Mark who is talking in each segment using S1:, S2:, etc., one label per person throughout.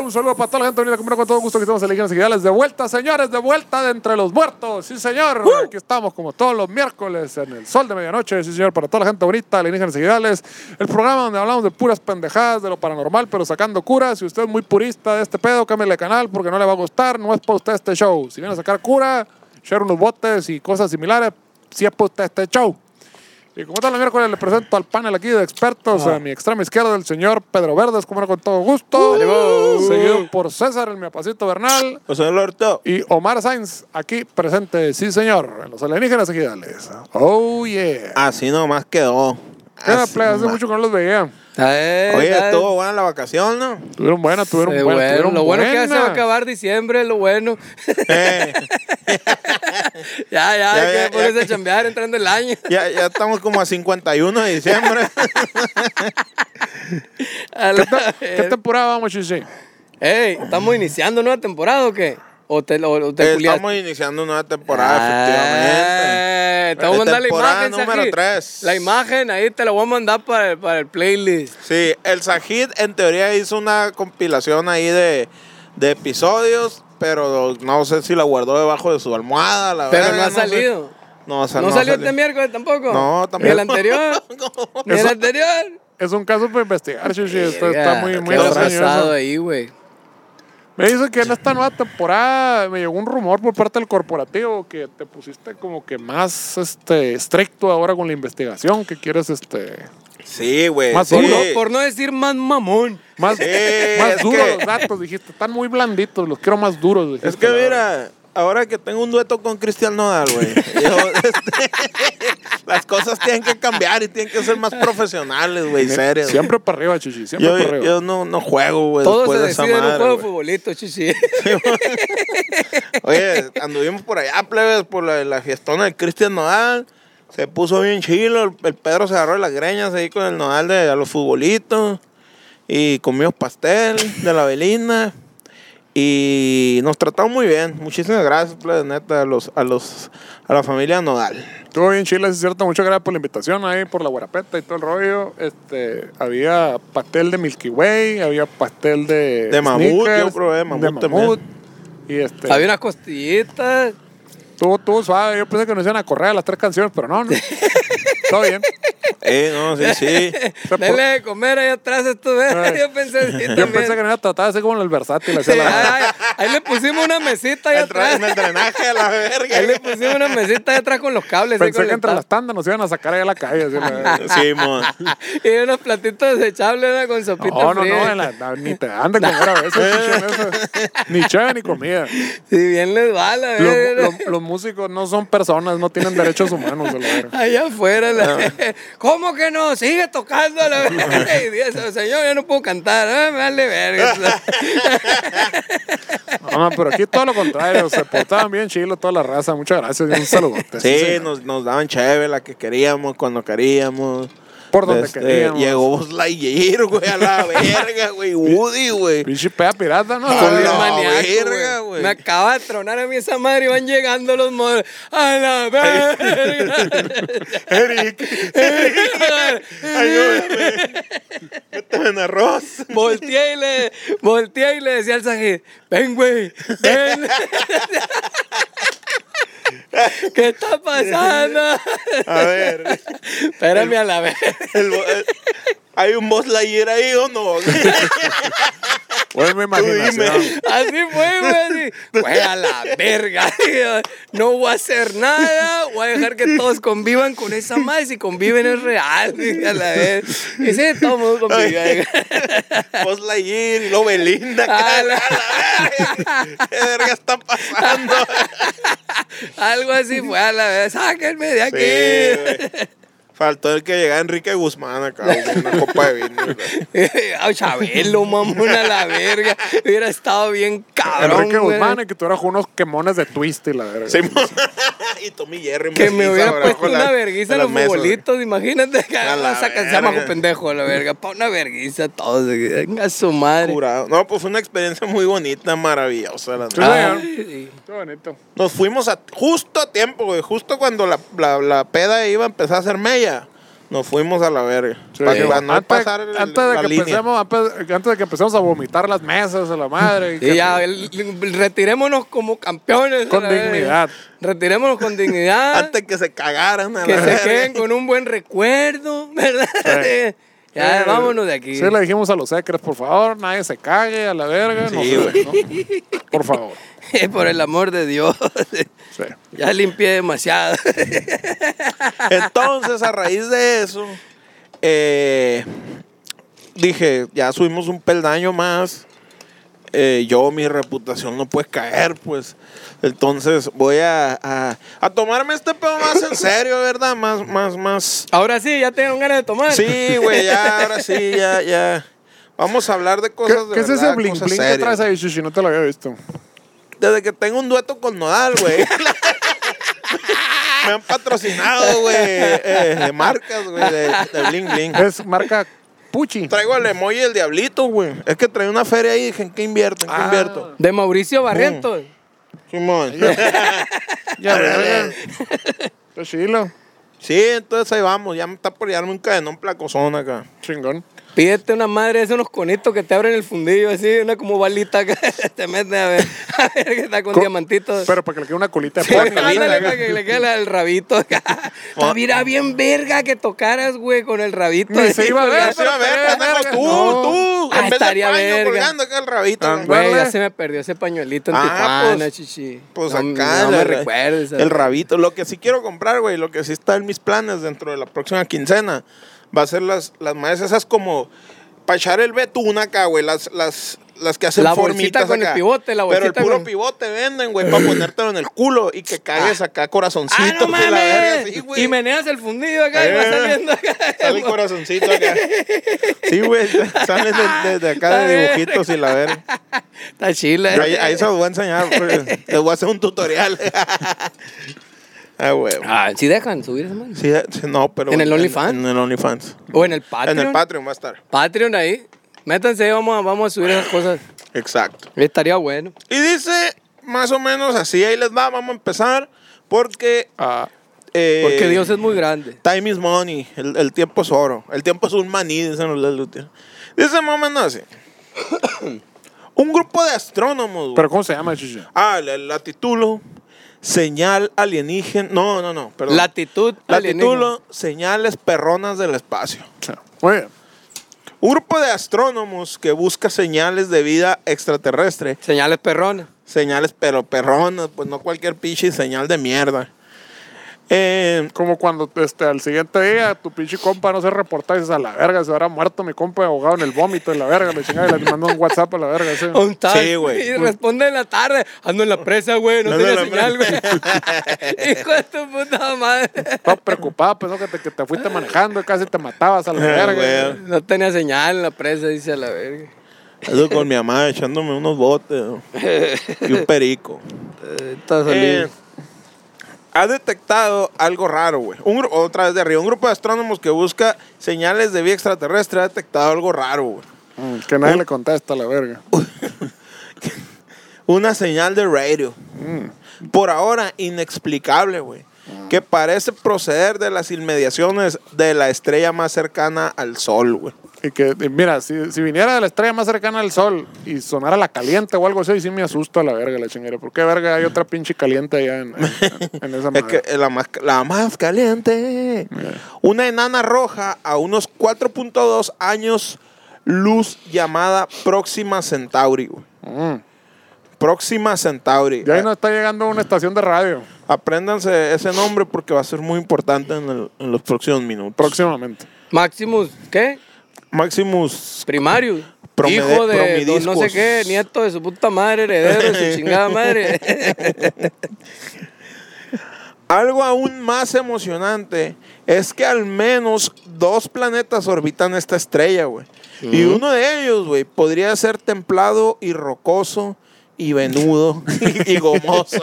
S1: Un saludo para toda la gente venida a comprar con todo gusto que estamos en Legión Seguidales. De vuelta, señores, de vuelta de entre los muertos. Sí, señor. Aquí estamos como todos los miércoles en el sol de medianoche. Sí, señor, para toda la gente bonita, Alienígenas Seguidales. El programa donde hablamos de puras pendejadas, de lo paranormal, pero sacando curas. Si usted es muy purista de este pedo, cámbiale de canal porque no le va a gustar. No es para usted este show. Si viene a sacar cura, echar unos botes y cosas similares, si es para usted este show. Y como tal, el miércoles le presento al panel aquí de expertos.
S2: Ah.
S1: A mi extrema izquierda, el señor Pedro Verdes, como no, con todo
S2: Uh.
S1: gusto. Seguido por César, el miapacito Bernal.
S3: José del Orto.
S1: Y Omar Sainz, aquí presente, sí señor, en los alienígenas ejidales. Oh yeah.
S3: Así nomás quedó.
S2: Ah,
S1: Era
S3: Así
S2: pues,
S1: play, hace
S3: nomás.
S1: mucho que no los veía.
S3: Oye, estuvo buena la vacación, ¿no?
S1: Tuvieron buena, tuvieron buena. tuvieron
S2: lo eh, bueno que ya se va a
S1: buena.
S2: acabar diciembre, lo bueno.
S3: Eh,
S2: ya, ya,
S3: Ya,
S2: hay
S3: ya,
S2: que ponerse
S3: ya.
S2: a chambear entrando el año.
S3: ya, ya estamos como a 51 de diciembre.
S2: A la
S1: ¿Qué
S2: ver.
S1: temporada vamos, Chichi?
S2: Ey, ¿estamos iniciando nueva temporada o qué? ¿O te, o, o te
S3: Estamos
S2: culiaste?
S3: iniciando una nueva temporada,
S2: Ah,
S3: efectivamente.
S2: Te voy a mandar la
S3: Temporada
S2: imagen,
S3: número
S2: Sajid.
S3: 3.
S2: La imagen, ahí te la voy a mandar para, el- para el playlist.
S3: Sí, el Sajid en teoría hizo una compilación ahí de, de episodios, pero no sé si la guardó debajo de su almohada. La
S2: Pero
S3: verga,
S2: no ha
S3: sé.
S2: salido.
S3: No, o sea,
S2: ¿No,
S3: ha
S2: salió
S3: salido.
S2: este miércoles tampoco?
S3: No,
S2: ¿Ni
S3: tampoco.
S2: el anterior? ¿Ni el
S1: Eso-
S2: anterior?
S1: Es un caso para investigar, Chichi. Está, está
S2: Verga,
S1: muy, muy
S2: qué
S1: extraño
S2: atrasado
S1: eso.
S2: ahí, güey.
S1: Me dicen que en esta nueva temporada me llegó un rumor por parte del corporativo que te pusiste como que más este, estricto ahora con la investigación, que quieres este,
S3: Sí, güey.
S1: Más
S3: sí.
S2: Por, no, por no decir más mamón.
S1: más,
S3: Sí,
S1: más
S3: es
S1: duros
S3: que-
S1: los datos, dijiste. Están muy blanditos, los quiero más duros. Dijiste,
S3: Es que
S1: la verdad.
S3: mira, ahora que tengo un dueto con Cristian Nodal, güey. yo, este, las cosas tienen que cambiar y tienen que ser más profesionales, güey, serias.
S1: Siempre para arriba, Chichi, siempre
S3: Yo,
S1: para arriba.
S3: yo no, no juego,
S1: pues,
S3: güey,
S2: Todo
S3: después
S2: se
S3: de esa
S2: decide en un
S3: madre.
S2: juego de
S3: güey.
S2: futbolito, chichi.
S3: Oye, anduvimos por allá, plebes, por la, la fiestona de Cristian Nodal. Se puso bien chilo. El, el Pedro se agarró de las greñas ahí con el Nodal de a los futbolitos. Y comimos pastel de la Belina. Y nos trataron muy bien. Muchísimas gracias, plebes, neta, a, los, a, los, a la familia Nodal.
S1: Estuvo bien chile, es cierto. Muchas gracias por la invitación ahí, por la guarapeta y todo el rollo. Este, había pastel de Milky Way, había pastel de.
S3: De mamut,
S1: Snickers,
S3: yo probé de mamut también.
S1: Y este,
S2: Había unas costillitas.
S1: estuvo, estuvo suave. Yo pensé que nos iban a correr a las tres canciones, pero no, no. todo bien.
S3: Eh, no, sí, sí.
S1: sea, por-
S2: Dale de comer ahí atrás esto.
S1: Ay.
S2: Yo pensé así
S1: Yo
S2: también.
S1: pensé que nos iban a tratar así como en el versátil. así a
S2: Sí,
S1: la-
S2: ahí, ahí le pusimos una mesita ahí
S3: El, dra-
S2: atrás.
S3: en el drenaje a la
S2: Ahí le
S3: verga.
S2: pusimos una mesita ahí atrás con los cables. ahí
S1: pensé que entre las
S2: conectados.
S1: tandas nos iban a sacar allá a la calle. así, la-
S3: Sí, mon.
S2: Y unos platitos desechables ¿verdad? con sopita
S1: No, no,
S2: fría.
S1: no, en la- no, ni te dan de comer a veces, chicho, en eso. ni cheve ni comida.
S2: Si bien les va la
S1: Los,
S2: verga.
S1: los- los músicos no son personas, no tienen derechos humanos. a la verga.
S2: Allá afuera, la-
S1: Ah.
S2: ¿cómo que no? Sigue tocando a la verga. Y dice, señor, yo no puedo cantar, ah, me vale verga.
S1: No, no, pero aquí todo lo contrario, se portaban bien chilos toda la raza. Muchas gracias y un saludote.
S3: Sí, nos, nos daban chévere la que queríamos, cuando queríamos.
S1: Por donde
S3: Este,
S1: queríamos.
S3: Llegó Buzz Lightyear, güey, a la verga, güey. Woody, güey.
S1: Pinche peda pirata, ¿no?
S3: Con
S2: Bien
S3: la
S2: maníaco,
S3: verga,
S2: güey.
S3: güey.
S2: Me acaba de tronar a mí esa madre y van llegando los modelos. ¡A la verga!
S3: Eric, ayúdame. Méteme en arroz.
S2: volteé, y le, volteé y le decía al Sajid, ven, güey, ven. ¿Qué está pasando?
S3: A ver,
S2: Espérame a la verga.
S3: el bo- eh, ¿hay un Buzz Lightyear ahí o no?
S1: Fue mi imaginación.
S3: dime.
S2: Así fue, güey. Así, güey, a la verga. No voy a hacer nada. Voy a dejar que todos convivan con esa madre. Si conviven es real. dije, A la verga. Y sí, todo el mundo convivió.
S3: Buzz Lightyear y lo Belinda.
S2: A
S3: A
S2: la-
S3: la verga. ¿Qué verga está pasando?
S2: Algo así fue a la verga. Sáquenme de
S3: Sí,
S2: aquí.
S3: güey. Faltó el que llegara Enrique Guzmán acá, güey, una copa de vino. güey.
S2: Ay, Chabelo, mamón, a la verga. Hubiera estado bien cabrón.
S1: Enrique
S2: güey.
S1: Guzmán, el que tuviera unos quemones de twist y la verga.
S3: Simón. y Tommy Jerry.
S2: Que me
S3: macizo,
S2: hubiera
S3: abajo
S2: puesto
S3: la-
S2: una verguiza
S3: de
S2: a
S3: las
S2: los
S3: mesas, güey.
S2: futbolitos, imagínate. Que
S3: A la
S2: sacan
S3: verga.
S2: llama pendejo a la verga. Pa' una verguiza a todos. Venga su madre.
S3: Curado. No, pues fue una experiencia muy bonita, maravillosa. La neta.
S2: Ay,
S1: Qué bonito.
S3: Nos fuimos a, justo a tiempo, güey. Justo cuando la, la, la peda iba a empezar a hacer mella. Nos fuimos a la verga.
S1: Sí,
S3: Pa-
S1: que-
S3: pa no
S1: antes,
S3: pasar el-
S1: antes de
S3: la
S1: que
S3: línea.
S1: empecemos, antes, antes de que empecemos a vomitar las mesas a la madre. pues,
S2: Y ya, el- el- retirémonos como campeones. a
S1: Con
S2: la verga.
S1: dignidad.
S2: Retirémonos con dignidad.
S3: Antes que se cagaran a
S2: que
S3: la
S2: se
S3: verga.
S2: queden con un buen recuerdo, ¿verdad?
S1: Sí.
S2: Ya,
S1: Sí,
S2: vámonos de aquí.
S1: eh, Sí, le dijimos a los secres, por favor, nadie se cague a la verga. no
S3: Sí,
S1: sé,
S3: güey.
S1: ¿no? Por favor.
S2: Por el amor de Dios.
S1: Sí.
S2: Ya limpié demasiado.
S3: Entonces, a raíz de eso, eh, dije, ya subimos un peldaño más. Eh, yo, mi reputación no puede caer, pues. Entonces, voy a, a, a tomarme este pedo más en serio, ¿verdad? Más, más, más.
S2: Ahora sí, ya tengo ganas de tomar.
S3: Sí, güey, ya, ahora sí, ya, ya. Vamos a hablar de
S1: ¿Qué,
S3: cosas de
S1: qué es ese
S3: verdad,
S1: bling
S3: cosas
S1: bling que
S3: serias.
S1: traes ahí, Shishi? No te lo había visto.
S3: Desde que tengo un dueto con Nodal, güey. Me han patrocinado, güey, eh, de marcas, güey, de, de Bling Bling.
S1: Es marca Puchi.
S3: Traigo el emoji del diablito, güey. Es que traí una feria ahí y dije, ¿en qué invierto? ¿En qué
S1: Ah.
S3: invierto?
S2: De Mauricio Barrientos.
S3: Simón.
S1: Ya, verga. Está chilo.
S3: Sí, entonces ahí vamos. Ya me está por llevarme un cadenón placozón acá.
S1: Chingón.
S2: Pídete una madre, de esos unos conitos que te abren el fundillo así, una como balita que te meten a ver, a ver que está con
S1: Co-
S2: diamantitos.
S1: Pero para que le quede una colita de
S2: Sí,
S1: pony, la
S2: ándale,
S1: verga.
S2: para que le quede la- el rabito acá. Mira bien verga que tocaras, güey, con el rabito.
S1: Ni
S2: ahí
S1: se iba a ver, eh,
S2: colgado.
S3: Ya se va a ver,
S1: Verga,
S3: pendejo, tú,
S1: no.
S3: tú.
S2: Ah,
S3: En vez de
S2: estaría
S3: paño
S2: verga.
S3: colgando acá el rabito.
S1: Ah,
S3: güey.
S2: Güey, ya
S1: Guarda.
S2: se me perdió ese pañuelito en
S3: Ah,
S2: Tijuana,
S3: pues-
S2: chichi.
S3: Pues
S2: no,
S3: acá.
S2: No me
S3: la-
S2: recuerdes. eh.
S3: El rabito. Lo que sí quiero comprar, güey, lo que sí está en mis planes dentro de la próxima quincena, va a ser las, las madres esas como para echar el betún acá, güey. Las, las, las que hacen
S2: La bolsita
S3: formitas
S2: con el
S3: acá.
S2: pivote, la
S3: Pero
S2: bolsita
S3: el puro
S2: con-
S3: pivote venden, güey, para ponértelo en el culo y que cagues acá corazoncitos.
S2: ¡Ah, no
S3: y la verga,
S2: mames!
S3: así, güey.
S2: y meneas el fundido acá y va
S3: Eh,
S2: saliendo acá.
S3: Sale el corazoncito acá. Sí, güey, sale de- desde acá
S2: La
S3: de
S2: verga.
S3: dibujitos y la verga.
S2: Está chila. eh.
S3: Ahí, ahí se los voy a enseñar, porque les voy a hacer un tutorial. ah, güey.
S2: Ah, sí dejan subir esa madre.
S3: Sí, eh, sí, no, pero.
S2: ¿En el OnlyFans?
S3: En, el OnlyFans.
S2: O en el Patreon.
S3: En el Patreon va a estar.
S2: Patreon ahí. Métanse ahí, vamos a, vamos a subir esas cosas.
S3: Exacto.
S2: Estaría bueno.
S3: Y dice más o menos así, ahí les va, vamos a empezar. Porque.
S1: Ah,
S3: eh,
S2: Porque Dios es muy grande.
S3: Time is money, el, el tiempo es oro, el tiempo es un maní, dicen los Lelutier. Dice más o menos así. un grupo de astrónomos. güey.
S1: Pero ¿cómo se llama, Shishi?
S3: Ah, la, la titulo, señal alienígena. No, no, no, perdón.
S2: Latitud.
S3: La
S2: alienígena.
S3: titulo, señales perronas del espacio.
S1: Muy bien.
S3: Un grupo de astrónomos que busca señales de vida extraterrestre.
S2: Señales perronas.
S3: Señales, pero perronas, pues no cualquier pinche señal de mierda. Eh,
S1: Como cuando este, al siguiente día tu pinche compa no se reporta y dices a la verga, se habrá muerto mi compa ahogado en el vómito y la verga, le chingada y le mandó un WhatsApp a la verga. sí.
S2: Un tal.
S3: Sí, güey.
S2: Y responde en la tarde. Ando en la presa, güey. No,
S3: Ando en la
S2: tenía señal, güey. Hijo de tu puta madre.
S1: Estaba preocupado, pensó que te, que te fuiste manejando y casi te matabas a la verga.
S3: Ah, güey,
S2: No tenía señal en la presa, dice a la verga.
S3: ando con mi mamá echándome unos botes ¿no? y un perico.
S2: Eh, Está
S3: Eh,
S2: salido.
S3: ha detectado algo raro, güey. Un gru- otra vez de arriba. Un grupo de astrónomos que busca señales de vida extraterrestre ha detectado algo raro, güey.
S1: Mm, que nadie le contesta a la verga.
S3: Una señal de radio. Por ahora, inexplicable, güey. Que parece proceder de las inmediaciones de la estrella más cercana al Sol, güey.
S1: Y que, y mira, si, si viniera de la estrella más cercana al sol y sonara la caliente o algo así, sí me asusta a la verga la chinguera. ¿Por qué verga hay otra pinche caliente allá en, en- en esa
S3: Es
S1: madre?
S3: que la más, la más caliente. Una enana roja a unos 4.2 años luz llamada Próxima Centauri, güey.
S1: Mm.
S3: Próxima Centauri.
S1: Ya ahí nos está llegando una estación de radio
S3: Apréndanse ese nombre porque va a ser muy importante en, el- en los próximos minutos.
S1: próximamente.
S2: Maximus, ¿qué?
S3: Maximus.
S2: Primario.
S3: Promede-
S2: Hijo de don no sé
S3: promidiscos.
S2: qué, nieto de su puta madre, heredero de su chingada madre.
S3: Algo aún más emocionante es que al menos dos planetas orbitan esta estrella, güey. Y uno de ellos, güey, podría ser templado y rocoso y venudo y gomoso.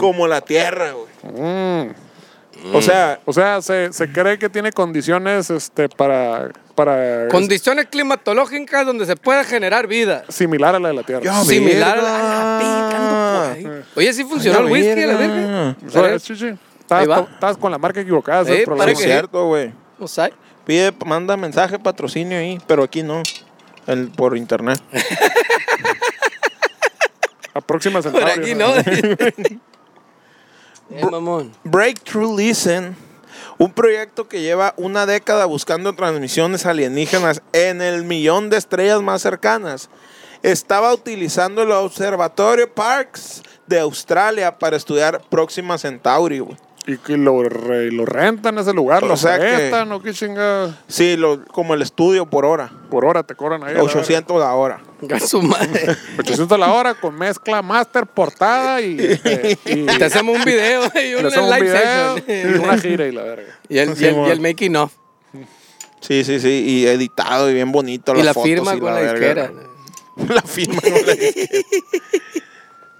S3: Como la Tierra, güey.
S2: Mm.
S3: O sea,
S1: O sea, se, se cree que tiene condiciones este, para, para
S2: Condiciones climatológicas donde se pueda generar vida.
S1: similar a la de la Tierra.
S3: Ya,
S2: Similar a
S3: verga.
S2: la, a la pica, ando por ahí. Oye, sí funcionó
S3: Ay,
S2: el whisky, la
S3: Ah. verga.
S2: verga.
S1: O sea, sí, sí. Estabas,
S2: Ahí va.
S1: con- estabas con la marca equivocada. ese es
S2: Sí,
S1: el problema.
S2: para
S3: es
S2: que-
S3: cierto, güey.
S2: O sea,
S3: Pide, manda mensaje, patrocinio ahí, pero aquí no. El, por internet.
S1: La próxima
S2: por
S1: Centauri,
S2: aquí no. Eh, mamón.
S3: Breakthrough Listen, un proyecto que lleva una década buscando transmisiones alienígenas en el millón de estrellas más cercanas. Estaba utilizando el Observatorio Parks de Australia para estudiar Próxima Centauri, güey.
S1: Y que lo, re- lo rentan ese lugar,
S3: O
S1: lo
S3: sea que-
S1: rentan, o qué chingada.
S3: Sí, lo- como el estudio por hora.
S1: Por hora te cobran ahí. a la verga.
S3: 800 la hora.
S2: Venga, su madre.
S1: 800 la hora con mezcla master portada y, eh, y-
S2: Te hacemos un video y
S1: le
S2: una
S1: hacemos un
S2: live
S1: video y
S2: session.
S1: una gira y la verga.
S2: y, el, y, el, y el making of.
S3: Sí, sí, sí. Y editado y bien bonito.
S2: Y
S3: las
S2: la
S3: fotos
S2: firma
S3: y
S2: con la
S3: verga.
S2: disquera.
S3: La firma con la disquera.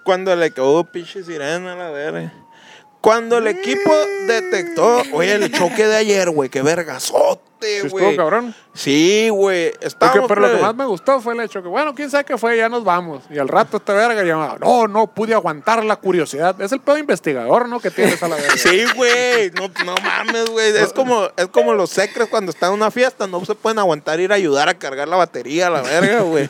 S3: Cuando le quedó pinche sirena, la verga. Cuando el equipo detectó, oye, el choque de ayer, güey, qué vergazote,
S1: Sí,
S3: güey.
S1: estuvo cabrón.
S3: Sí, güey.
S1: Porque,
S3: Estábamos,
S1: pero lo que
S3: plebe.
S1: más me gustó fue el hecho que, bueno, quién sabe qué fue, ya nos vamos. Y al rato esta verga llamaba, no, no pude aguantar la curiosidad. Es el pedo investigador, ¿no? Que tienes a la verga.
S3: Sí, güey. No, no mames, güey. Es como, es como los secres cuando están en una fiesta, no se pueden aguantar ir a ayudar a cargar la batería, la verga, güey.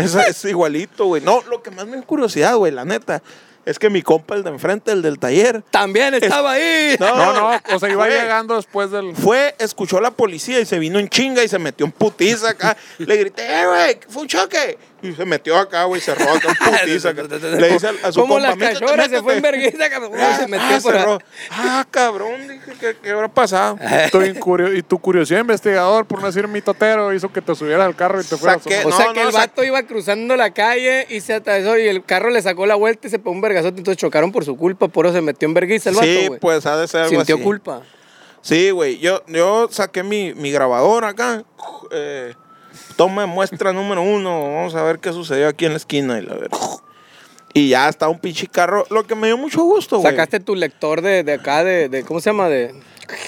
S3: Eso es igualito, güey. No, lo que más me da curiosidad, güey, la neta, es que mi compa, el de enfrente, el del taller,
S2: También estaba ahí.
S1: No, no, o sea, iba
S3: Güey.
S1: llegando después del.
S3: Fue, escuchó a la policía y se vino en chinga y se metió en putiza acá. Le grité, ¡eh, güey! ¡Fue un choque! Y se metió acá, güey, se cerró acá en putiza. acá. Le dice a, a su
S2: Como
S3: compa,
S2: las
S3: "Métete,
S2: cachorras se fue en
S3: métete".
S2: vergüenza. que
S3: Ah,
S2: se
S3: ah,
S2: metió por
S3: cerró.
S2: ahí.
S3: Ah, cabrón, dije, ¿qué, qué habrá pasado?
S2: Ah,
S1: Estoy incurio- y tu curiosidad investigador, por no decir mitotero, hizo que te subieras al carro y te fueras.
S3: Saqué-
S1: a-
S2: O
S3: No,
S2: sea que
S3: no,
S2: el
S3: sac-
S2: vato iba cruzando la calle y se atravesó y el carro le sacó la vuelta y se pegó un vergazote, entonces chocaron por su culpa, por eso se metió en vergüenza el vato,
S3: sí,
S2: güey.
S3: pues ha de ser algo
S2: Sintió
S3: así.
S2: culpa.
S3: Sí, güey. Yo, yo saqué mi, mi grabador acá. Eh, toma muestra número uno. Vamos a ver qué sucedió aquí en la esquina. Y, la verga. y ya está un pinche carro. Lo que me dio mucho gusto, güey.
S2: Sacaste tu lector de, de acá, de, de- ¿cómo se llama? De,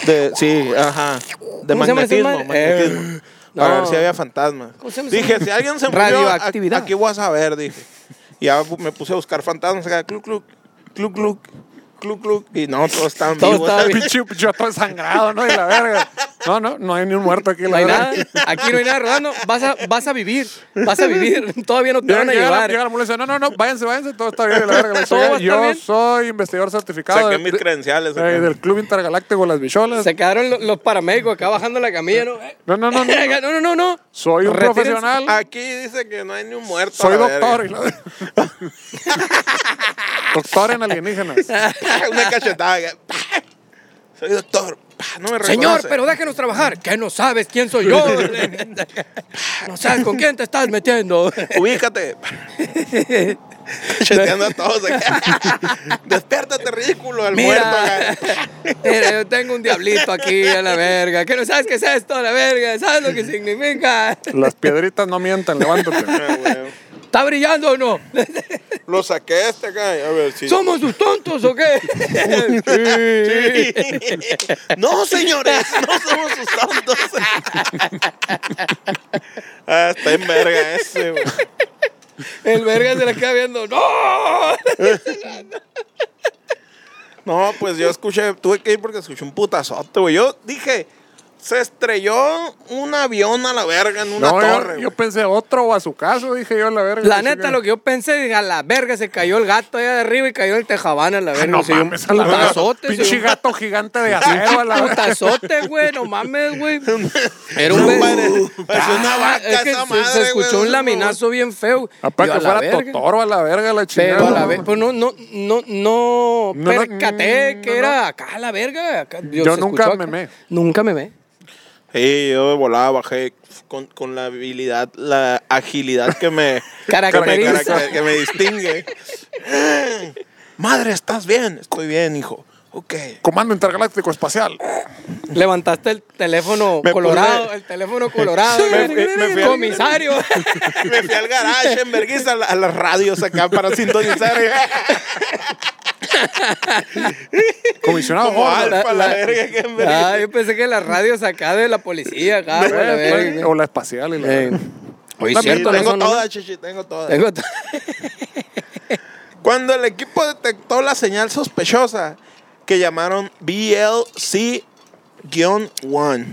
S3: De, sí, ajá. De
S2: ¿Cómo se llama ese
S3: magnetismo.
S2: madre?
S3: magnetismo.
S2: Eh,
S3: Para
S2: no.
S3: ver si había fantasmas.
S2: ¿Cómo se llama ese
S3: Dije,
S2: madre?
S3: si alguien se murió, aquí,
S2: Radioactividad.
S3: aquí voy a saber, dije. Y ya bu- me puse a buscar fantasmas acá, cluc, cluc, cluc, cluc, cluc, cluc. Y no, todos estaban
S2: Todos
S3: vivos.
S2: estaban
S1: Pinche, yo todo sangrado, ¿no? Y la verga. No, no, no hay ni un muerto aquí, la
S2: no hay
S1: verga.
S2: nada, aquí no hay nada rodando, vas a, vas a vivir, vas a vivir, todavía no te
S1: Llega,
S2: van a
S1: llega la-
S2: llevar.
S1: llega la ambulancia, no, no, no, váyanse, váyanse, todo está bien. y La verga, la
S2: Todo va
S1: chingada.
S2: a estar
S1: yo
S2: bien.
S1: soy investigador certificado.
S3: Saqué
S1: de-
S3: mis
S1: de-
S3: credenciales.
S1: eh,
S3: acá.
S1: del Club Intergaláctico Las Bicholas.
S2: Se quedaron lo- los paramédicos acá bajando la camilla, ¿no? Eh,
S1: No, no, no, no.
S2: acá, no, no, no, no.
S1: Soy un
S2: Retírense.
S1: profesional,
S3: Aquí dice que no hay ni un muerto.
S1: soy
S3: a la verga.
S1: doctor. y la verga. doctor en alienígenas.
S3: Una cachetada. que- soy doctor. Pa, No me
S2: Señor,
S3: reconoce.
S2: pero déjenos trabajar. Que no sabes quién soy yo. no sabes con quién te estás metiendo.
S3: Ubícate. Cacheteando a todos. acá. Despiértate, ridículo, al muerto.
S2: Mira,
S3: acá.
S2: mira, yo tengo un diablito aquí a la verga. Que no sabes qué es esto a la verga. ¿Sabes lo que significa?
S1: Las piedritas no mientan, levántate.
S3: Ah, güey.
S2: ¿Está brillando o no?
S3: Lo saqué este acá. A ver si.
S2: ¿Somos sus tontos o qué?
S3: no, señores, no somos sus santos. ah, está en verga ese, güey.
S2: El verga se la queda viendo. ¡No!
S3: No, pues yo escuché, tuve que ir porque escuché un putazote, güey. Yo dije, se estrelló un avión a la verga en una
S1: No, yo-
S3: torre.
S1: yo,
S3: güey.
S1: pensé otro o a su caso, dije yo, la verga.
S2: La neta, lo que yo pensé, dije, a la verga, se cayó el gato allá de arriba y cayó en el tejabán a la verga.
S1: Ah, No
S2: Se dio
S1: mames, a la
S2: un
S1: verga.
S2: putazote. se dio
S1: Pinche
S2: un
S1: gato gigante de acero a la verga.
S2: putazote, güey, no mames, güey. Era
S3: No,
S2: un ver-
S3: pare- pareció una vaca
S2: Ah, Es que
S3: esa
S2: se,
S3: madre,
S2: se
S3: güey,
S2: escuchó
S3: no sé
S2: un laminazo bien feo.
S1: Aparte
S2: Yo,
S1: que
S2: a la
S1: fuera
S2: verga.
S1: Totoro a la verga, la chingada.
S2: Pero a la
S1: no,
S2: vez, pues no, no, no, no,
S1: No, no,
S2: percaté
S1: mm,
S2: que
S1: no, no.
S2: era acá a la verga. acá.
S1: Yo
S2: se
S1: nunca
S2: escuchó acá.
S1: memé.
S2: Nunca memé.
S3: Sí, yo volaba, bajé con, con la habilidad, la agilidad que me, que me,
S2: Caracteriza.
S3: caracter- que me distingue. Madre, ¿estás bien? Estoy bien, hijo. Ok.
S1: Comando intergaláctico espacial.
S2: Levantaste el teléfono
S3: Me
S2: colorado,
S3: puse-
S2: el teléfono colorado.
S3: Me fui- me fui al-
S2: comisario.
S3: Me fui al garage en Verguiza a, la- a las radios acá para sintonizar. eh.
S1: Comisionado Oh,
S3: Como
S1: Gordo.
S3: Alfa, la verga que en Verguiza.
S2: Ah, yo pensé que las radios acá de la policía, acá,
S1: Eh,
S2: para la
S1: eh,
S2: verga.
S1: O la espacial. Y la-
S2: Eh, Oye,
S3: Sí,
S2: cierto, no
S3: tengo
S2: son-
S3: todas, chichi, tengo todas.
S2: Tengo to-
S3: Cuando el equipo detectó la señal sospechosa que llamaron BLC-1.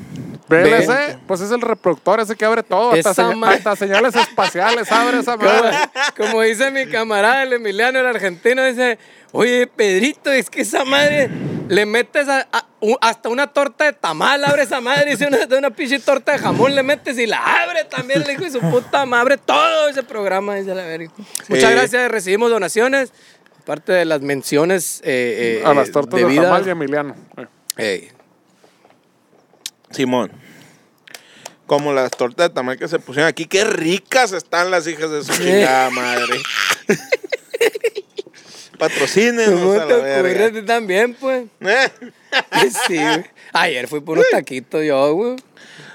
S1: BLC, pues es el reproductor ese que abre todo. Hasta,
S2: Esa
S1: seña-
S2: ma-
S1: hasta señales espaciales abre esa
S2: Como,
S1: madre.
S2: como dice mi camarada, el Emiliano, el argentino, dice, oye, Pedrito, es que esa madre le metes a- a- u- hasta una torta de tamal, abre esa madre, dice una, de una pinche torta de jamón, le metes y la abre también, le dijo, y su puta madre, abre todo ese programa, dice la verga. Muchas
S1: Eh,
S3: Sí.
S2: gracias, recibimos donaciones, aparte de las menciones eh, eh,
S1: A las
S2: eh,
S1: tortas de
S2: debidas.
S1: Jamal y Emiliano. Eh.
S2: Ey.
S3: Simón. Como las tortas de tamal que se pusieron aquí. Qué ricas están las hijas de su chingada madre.
S2: ¿Cómo
S3: Patrocínenos a
S2: te
S3: la
S2: ocurre a
S3: verga.
S2: ti también, pues?
S3: Eh,
S2: Sí, güey. Ayer fui por unos taquitos yo, güey.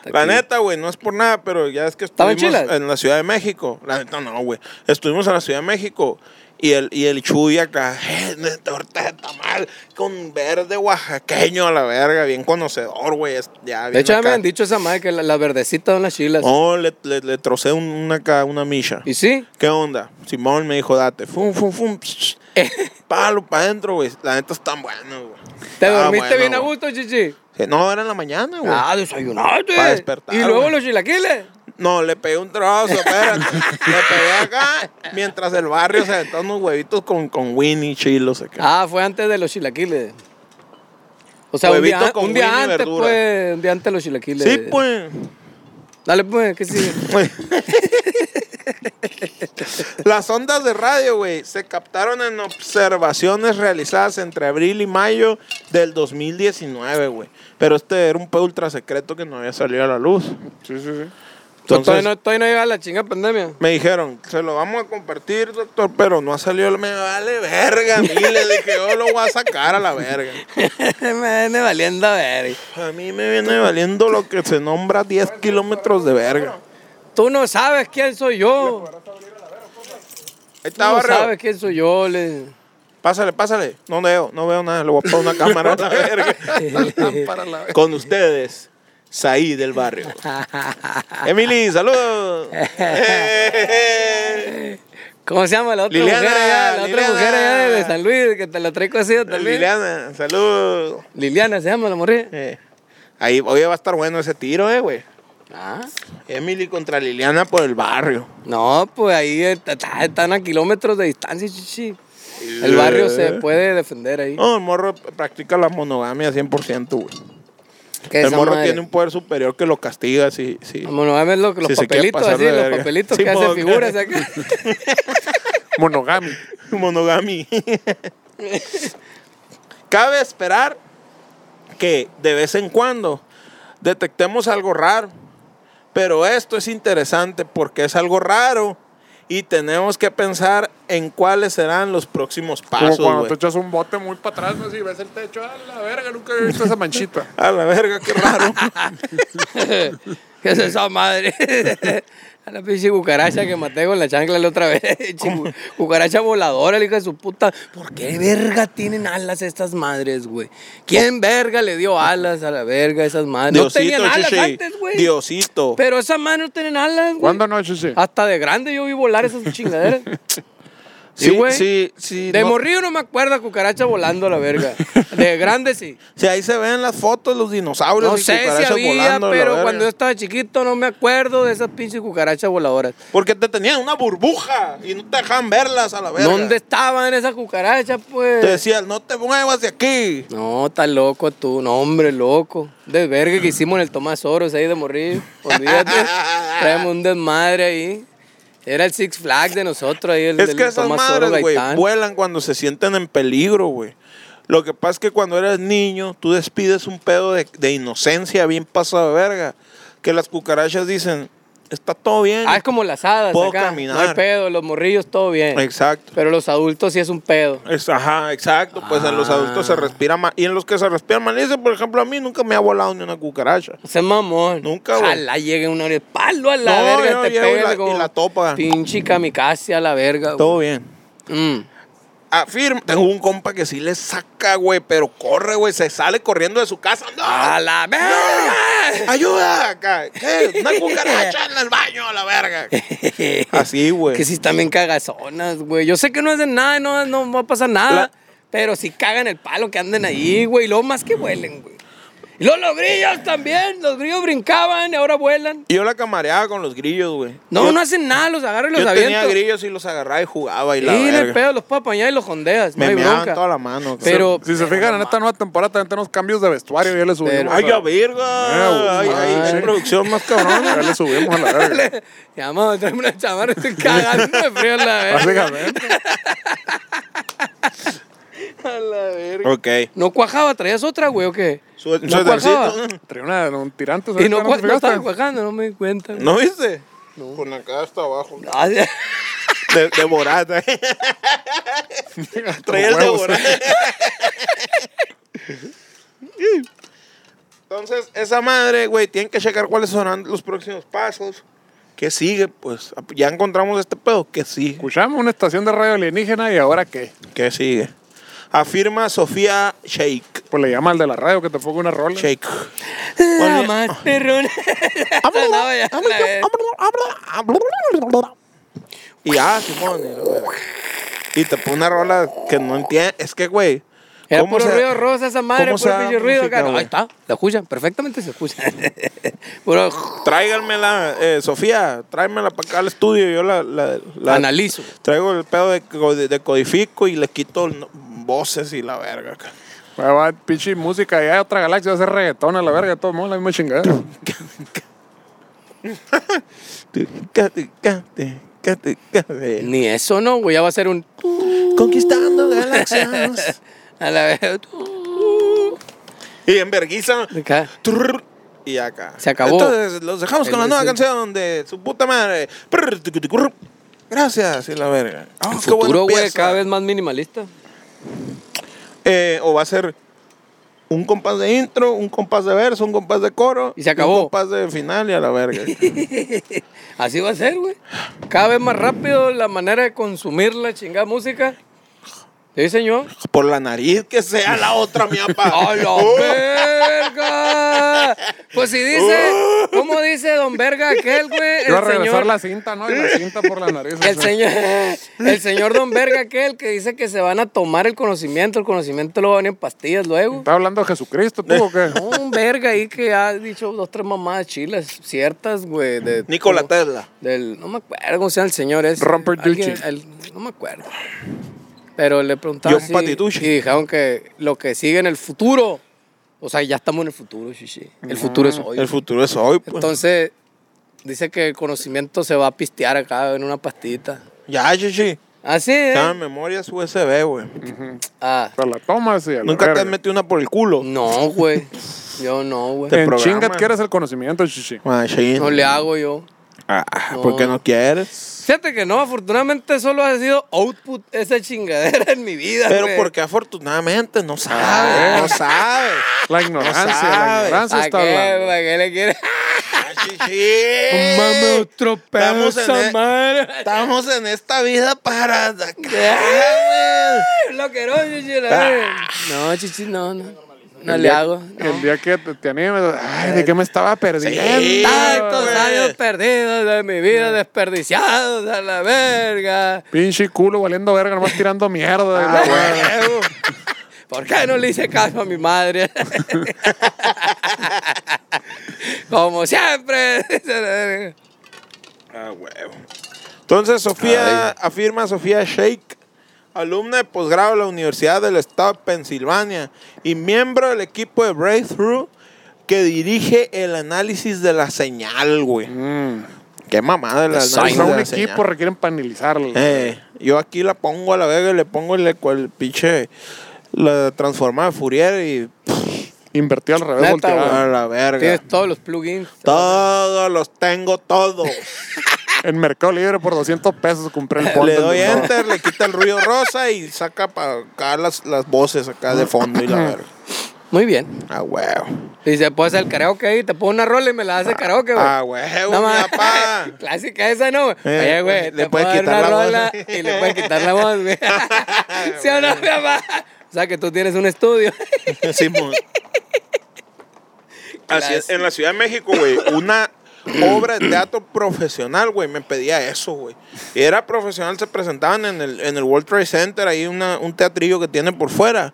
S3: La neta, güey, no es por nada, pero ya es que
S2: ¿Estaban
S3: estuvimos
S2: chilas?
S3: en la Ciudad de México. La neta, no, güey. Estuvimos en la Ciudad de México y el, y el Chuy acá, eh, de torta de tamal con verde oaxaqueño a la verga, bien conocedor, güey. es- Ya,
S2: De
S3: bien
S2: hecho, ya
S3: acá.
S2: me han dicho esa madre que la- las verdecitas son las chilas.
S3: No, le, le, le trocé un- una, acá, una milla.
S2: ¿Y sí?
S3: ¿Qué onda? Simón me dijo, date. Fum, fum, fum. psh, Palo para adentro, güey. La neta está bueno, güey.
S2: ¿Te
S3: Está
S2: dormiste
S3: Ah, bueno,
S2: bien a
S3: güey.
S2: gusto, chichi?
S3: Sí, No, era en la mañana, güey.
S2: Ah, desayunaste.
S3: Pa' despertar,
S2: ¿Y luego
S3: güey.
S2: los chilaquiles?
S3: No, le pegué un trozo, espérate. le pegué acá mientras el barrio se aventó unos huevitos con, con Winnie chilos acá.
S2: Ah, fue antes de los chilaquiles. O sea, un
S3: Huevito
S2: día,
S3: con
S2: un día
S3: Winnie
S2: antes,
S3: verdura.
S2: pues. Un día antes de los chilaquiles.
S3: sí, pues.
S2: Dale, pues, que sigue.
S3: Las ondas de radio, güey, se captaron en observaciones realizadas entre abril y mayo del 2019, güey. Pero este era un pedo ultra secreto que no había salido a la luz.
S1: Sí, sí, sí.
S3: Entonces-
S2: Pues, todavía, no, todavía no llega la chinga pandemia.
S3: Me dijeron, se lo vamos a compartir, doctor, pero no ha salido. Me vale verga, a mí le dije, yo lo voy a sacar a la verga.
S2: me viene valiendo a ver.
S3: A mí me viene valiendo lo que se nombra 10 kilómetros de verga.
S2: Tú no sabes quién soy yo.
S3: Ahí
S2: Tú no
S3: está, barrio.
S2: sabes quién soy yo. Le...
S3: Pásale, pásale. No veo, no veo nada. Le voy a poner una cámara a la verga.
S1: Para la-
S3: Con ustedes, Saí del barrio. Emily, saludos. Eh,
S2: ¿Cómo se llama la otra
S3: Liliana,
S2: mujer allá? La
S3: Liliana.
S2: otra mujer allá de San Luis, que te la traigo así de San Luis. Liliana.
S3: eh. Liliana, saludos.
S2: se llama la morrilla.
S3: Eh, Ahí, hoy va a estar bueno ese tiro, eh, güey.
S2: Ah.
S3: Emily contra Liliana por el barrio.
S2: No, pues ahí está- está- están a kilómetros de distancia, chichi. El barrio
S3: Eh.
S2: se puede defender ahí.
S3: No, el morro practica la monogamia 100%, güey.
S2: ¿Qué
S3: El
S2: esa
S3: morro
S2: madre?
S3: tiene un poder superior que lo castiga si, si,
S2: Vámonos a ver lo- los
S3: si se quiere
S2: papelitos
S3: pasar
S2: así,
S3: de
S2: los
S3: verga.
S2: papelitos
S3: Sí,
S2: que hacen
S3: mo-
S2: figuras acá.
S1: Monogami.
S3: Monogami. Cabe esperar que de vez en cuando detectemos algo raro. Pero esto es interesante porque es algo raro y tenemos que pensar en cuáles serán los próximos
S1: Como
S3: pasos.
S1: cuando
S3: güey.
S1: te echas un bote muy para atrás, ¿no? Así ves el techo. A la verga, nunca había visto esa manchita.
S3: A la verga, qué raro.
S2: ¿Qué es esa madre? A la pinche cucaracha que maté con la chancla la otra vez. Chico, cucaracha voladora, la hija de su puta. ¿Por qué verga tienen alas estas madres, güey? ¿Quién verga le dio alas a la verga a esas madres? no tenían alas
S3: chichi.
S2: antes, güey.
S3: Diosito.
S2: Pero esas madres no tienen alas, güey.
S1: ¿Cuándo no, Chichi?
S3: Ah,
S2: Hasta de grande yo vi volar esas chingaderas.
S3: Sí,
S2: Sí, güey.
S3: sí, sí,
S2: de
S3: no-
S2: morrillo no me acuerdo cucaracha volando a la verga. De grande sí.
S3: Sí, ahí se ven las fotos, los dinosaurios.
S2: No
S3: y
S2: sé si
S3: cucarachas
S2: había,
S3: volando, la
S2: pero
S3: verga.
S2: cuando yo estaba chiquito no me acuerdo de esas pinches cucarachas voladoras.
S3: Porque te tenían una burbuja y no te dejaban verlas a la verga.
S2: ¿Dónde estaban esas cucarachas,
S3: Te
S2: pues?
S3: decían, no te muevas de aquí.
S2: No, está loco tú, no, hombre, loco. Desvergue que hicimos en el Tomás Oros ahí de morrillo. Olvídate. Traemos un desmadre ahí. Era el Six Flags de nosotros ahí, el
S3: Es
S2: del
S3: que esas
S2: Tomás
S3: madres,
S2: Oros
S3: güey,
S2: Gaitán.
S3: vuelan cuando se sienten en peligro, güey. Lo que pasa es que cuando eres niño, tú despides un pedo de, de inocencia bien pasado de verga. Que las cucarachas dicen, está todo bien.
S2: Ah, es como las hadas.
S3: Puedo
S2: acá.
S3: caminar.
S2: No hay pedo, los morrillos todo bien.
S3: Exacto.
S2: Pero los adultos sí es un pedo.
S3: Es- ajá, exacto. Pues en los
S2: Ah.
S3: adultos se respira más. Y en los que se respiran mal, dice, por ejemplo, a mí nunca me ha volado ni una cucaracha.
S2: Se mamón.
S3: Nunca, güey.
S2: Ojalá llegue una hora de palo a la
S3: No,
S2: verga.
S3: yo
S2: te
S3: llego y
S2: pega
S3: la-
S2: como
S3: y la topa.
S2: Pinche kamikaze a la verga. güey.
S3: Todo bien.
S2: Mm.
S3: Afirma. Tengo un compa que sí le saca, güey, pero corre, güey. Se sale corriendo de su casa. ¡No!
S2: A la verga.
S3: ¡Ayuda! acá. ¿Qué? Una cucaracha en el baño, a la verga. Así, güey.
S2: Que sí están bien cagazonas, güey. Yo sé que no hacen nada, no, no va a pasar nada.
S3: La-
S2: Pero sí cagan el palo que anden ahí, güey. Y luego más que vuelen, güey. Y luego los grillos también. Los grillos brincaban y ahora vuelan.
S3: Y Yo la camareaba con los grillos, güey.
S2: No,
S3: Yo-
S2: no hacen nada, los agarran y los
S3: Yo tenía
S2: avientan.
S3: grillos y los agarraba y jugaba y
S2: Y
S3: la
S2: el
S3: verga.
S2: pedo los puedo apañar y los jondeas.
S3: Me
S2: no hay
S3: meaban
S2: bronca.
S3: toda la mano, cabrón.
S2: Pero.
S1: Si se fijan, en esta nueva temporada también tenemos cambios de vestuario. Ya le subimos.
S2: Pero-
S1: a-
S3: ¡Ay, ya verga!
S1: Ah,
S3: ¡Ay, ay!
S1: madre.
S3: qué producción más cabrona!
S1: ya le subimos a la verga.
S2: Llamamos, traeme una chamarra, estoy cagando de frío a la verga.
S1: Básicamente.
S2: A la verga.
S3: ok.
S2: No cuajaba, traías otra, güey, o qué?
S3: Su,
S2: No
S3: suétercito.
S2: cuajaba.
S1: Traía una, un tirante.
S2: Y
S1: ¿sabes?
S2: no,
S1: te
S2: cua- no
S1: fijaste?
S2: estaba cuajando, no me di cuenta. güey.
S3: ¿No viste? Con acá hasta abajo.
S2: Ah, ya.
S3: De, de borata. Traía el de
S1: Huevos.
S3: borata. Entonces, esa madre, güey, tienen que checar cuáles serán los próximos pasos. ¿Qué sigue? Pues ya encontramos este pedo. ¿Qué sigue?
S1: Escuchamos una estación de radio alienígena y ahora qué.
S3: ¿Qué sigue? Afirma Sofía Shake.
S1: Pues le llama al de la radio que te ponga una rola.
S3: Shake.
S2: La
S3: Ponle-
S2: más perrona. No, ya, la verga.
S3: Y ya, se pone. la verga. Y te pone una rola que no entiende. Es que, güey.
S2: Era
S3: ¿cómo
S2: puro
S3: se-
S2: ruido rosa esa madre,
S3: cómo se
S2: puro
S3: da
S2: pinche ruido
S3: música,
S2: acá.
S3: güey?
S2: Ahí está, la escuchan, perfectamente se escucha. puro
S3: Tráiganmela, eh, Sofía, tráemela para acá al estudio. Yo la, la- la-
S2: analizo.
S3: traigo el pedo de, co- de codifico y le quito el no- voces y la verga. acá.
S1: Ahí Ah, Va, pinche música, ya hay otra galaxia, va a ser reggaetón a la verga, de todo el mundo, la misma chingada.
S3: Cate, cate, cate, cate.
S2: Ni eso no, güey, ya va a ser un...
S3: Conquistando galaxias.
S2: A la vez... Uh.
S3: y en verguiza.
S2: Acá.
S3: Turr, Y acá.
S2: Se acabó.
S3: Entonces, los dejamos con la
S2: El-
S3: nueva
S2: el-
S3: canción de su puta madre. Prr, tucutucurru. Gracias, y la verga. Ah, qué buena
S2: Futuro, güey,
S3: pieza.
S2: cada vez más minimalista.
S3: Eh, o va a ser un compás de intro, un compás de verso, un compás de coro.
S2: Y se acabó.
S3: Un compás de final y a la verga.
S2: Así va a ser, güey. Cada vez más rápido la manera de consumir la chingada música. ¿Sí, señor?
S3: Por la nariz que sea la otra, mi apa.
S2: ¡A la
S3: Oh,
S2: verga! Pues si dice, ¿cómo dice don verga aquel, güey?
S1: Iba a
S2: El
S1: regresar
S2: señor,
S1: la cinta, ¿no? Y la cinta por la nariz.
S2: el señor, el señor don verga aquel que dice que se van a tomar el conocimiento, el conocimiento lo van a venir en pastillas luego.
S1: ¿Está hablando de Jesucristo, tú o qué?
S2: Un verga ahí que ha dicho dos, tres mamadas chilas ciertas, güey. de-
S3: Nikola
S2: como-
S3: Tesla.
S2: Del, no me acuerdo cómo se llama el señor ese.
S1: Rupert
S2: Alguien-
S1: Dulce.
S2: el- no me acuerdo. Pero le preguntaron
S3: John Patitucci.
S2: y dijeron que lo que sigue en el futuro, o sea, ya estamos en el futuro, shishi. El futuro es hoy.
S3: Ah, El futuro es hoy, pues.
S2: Entonces, dice que el conocimiento se va a pistear acá en una pastita.
S3: ya,
S2: Eh.
S3: chichi.
S2: Así es.
S3: Estaban memorias USB, güey.
S2: Ah,
S1: Te la tomas y a la
S3: Nunca te
S1: verga.
S3: has metido una por el culo.
S2: no, güey. Yo no, güey.
S3: Te-
S1: En
S3: programa.
S1: chinga quieres el conocimiento, chichi.
S3: Machine.
S2: No le hago yo.
S3: Ah,
S2: No.
S3: ¿Por qué no quieres?
S2: Fíjate que no, afortunadamente solo ha sido output esa chingadera en mi vida.
S3: Pero
S2: güey.
S3: porque afortunadamente no sabes.
S1: Ah,
S3: No sabes.
S1: La ignorancia, la
S3: sabes.
S1: ignorancia
S2: ¿Para
S1: está
S2: qué?
S1: hablando.
S2: ¿Para qué le quieres?
S3: Ah, chichi.
S2: Mame otro pedo
S3: Estamos en
S2: esa
S3: e-
S2: madre.
S3: Estamos en esta vida para acá, güey.
S2: Lo que no, chichi, la
S1: Ah.
S2: verga. No, chichi, no, no. No le hago. no.
S1: El día que te, te animes, ay, ¿de qué me estaba perdiendo?
S3: Sí.
S2: Tantos
S3: güey.
S2: años perdidos de mi vida, desperdiciados a la verga.
S1: Pinche culo valiendo verga, nomás tirando mierda.
S3: Ah,
S1: y la verga.
S3: huevo.
S2: ¿Por qué no le hice caso a mi madre? Como siempre. dice la verga.
S3: Ah, huevo. Entonces, Sofía, afirma Sofía Shake, alumna de posgrado de la Universidad del Estado de Pensilvania y miembro del equipo de Breakthrough que dirige el análisis de la señal, güey.
S1: Mm.
S3: Qué mamada el análisis
S1: Hasta
S3: de
S1: Pues un
S3: la
S1: equipo
S3: señal.
S1: requieren panelizarlo.
S3: Eh, yo aquí la pongo a la vega y le pongo el, el pinche la transformada de Fourier y pff,
S1: Invertí al revés,
S2: Neta,
S1: volteado.
S3: A la verga.
S2: Tienes todos los plugins.
S3: Todos los tengo todos.
S1: En Mercado Libre por 200 pesos compré el fondo.
S3: le doy
S1: no.
S3: enter, le quita el ruido rosa y saca para acá las, las voces acá de fondo y la verga.
S2: Muy bien.
S3: Ah, huevo.
S2: Y se puede hacer el karaoke ahí, te pongo una rola y me la hace karaoke, güey.
S3: Ah, huevo,
S2: Nada
S3: mi
S2: más.
S3: papá.
S2: Clásica esa, ¿no? güey?
S3: Eh,
S2: Oye, güey,
S3: le
S2: le
S3: puedes
S2: puedes quitar
S3: quitar
S2: una
S3: la voz. ¿eh?
S2: rola y le puedes quitar la voz, güey. ¿Sí o no, mi papá? O sea, que tú tienes un estudio.
S3: Simón. Así es, en la Ciudad de México, güey, una obra de teatro profesional, güey, me pedía eso, güey. Y era profesional, se presentaban en el, en el World Trade Center, ahí una, un teatrillo que tiene por fuera.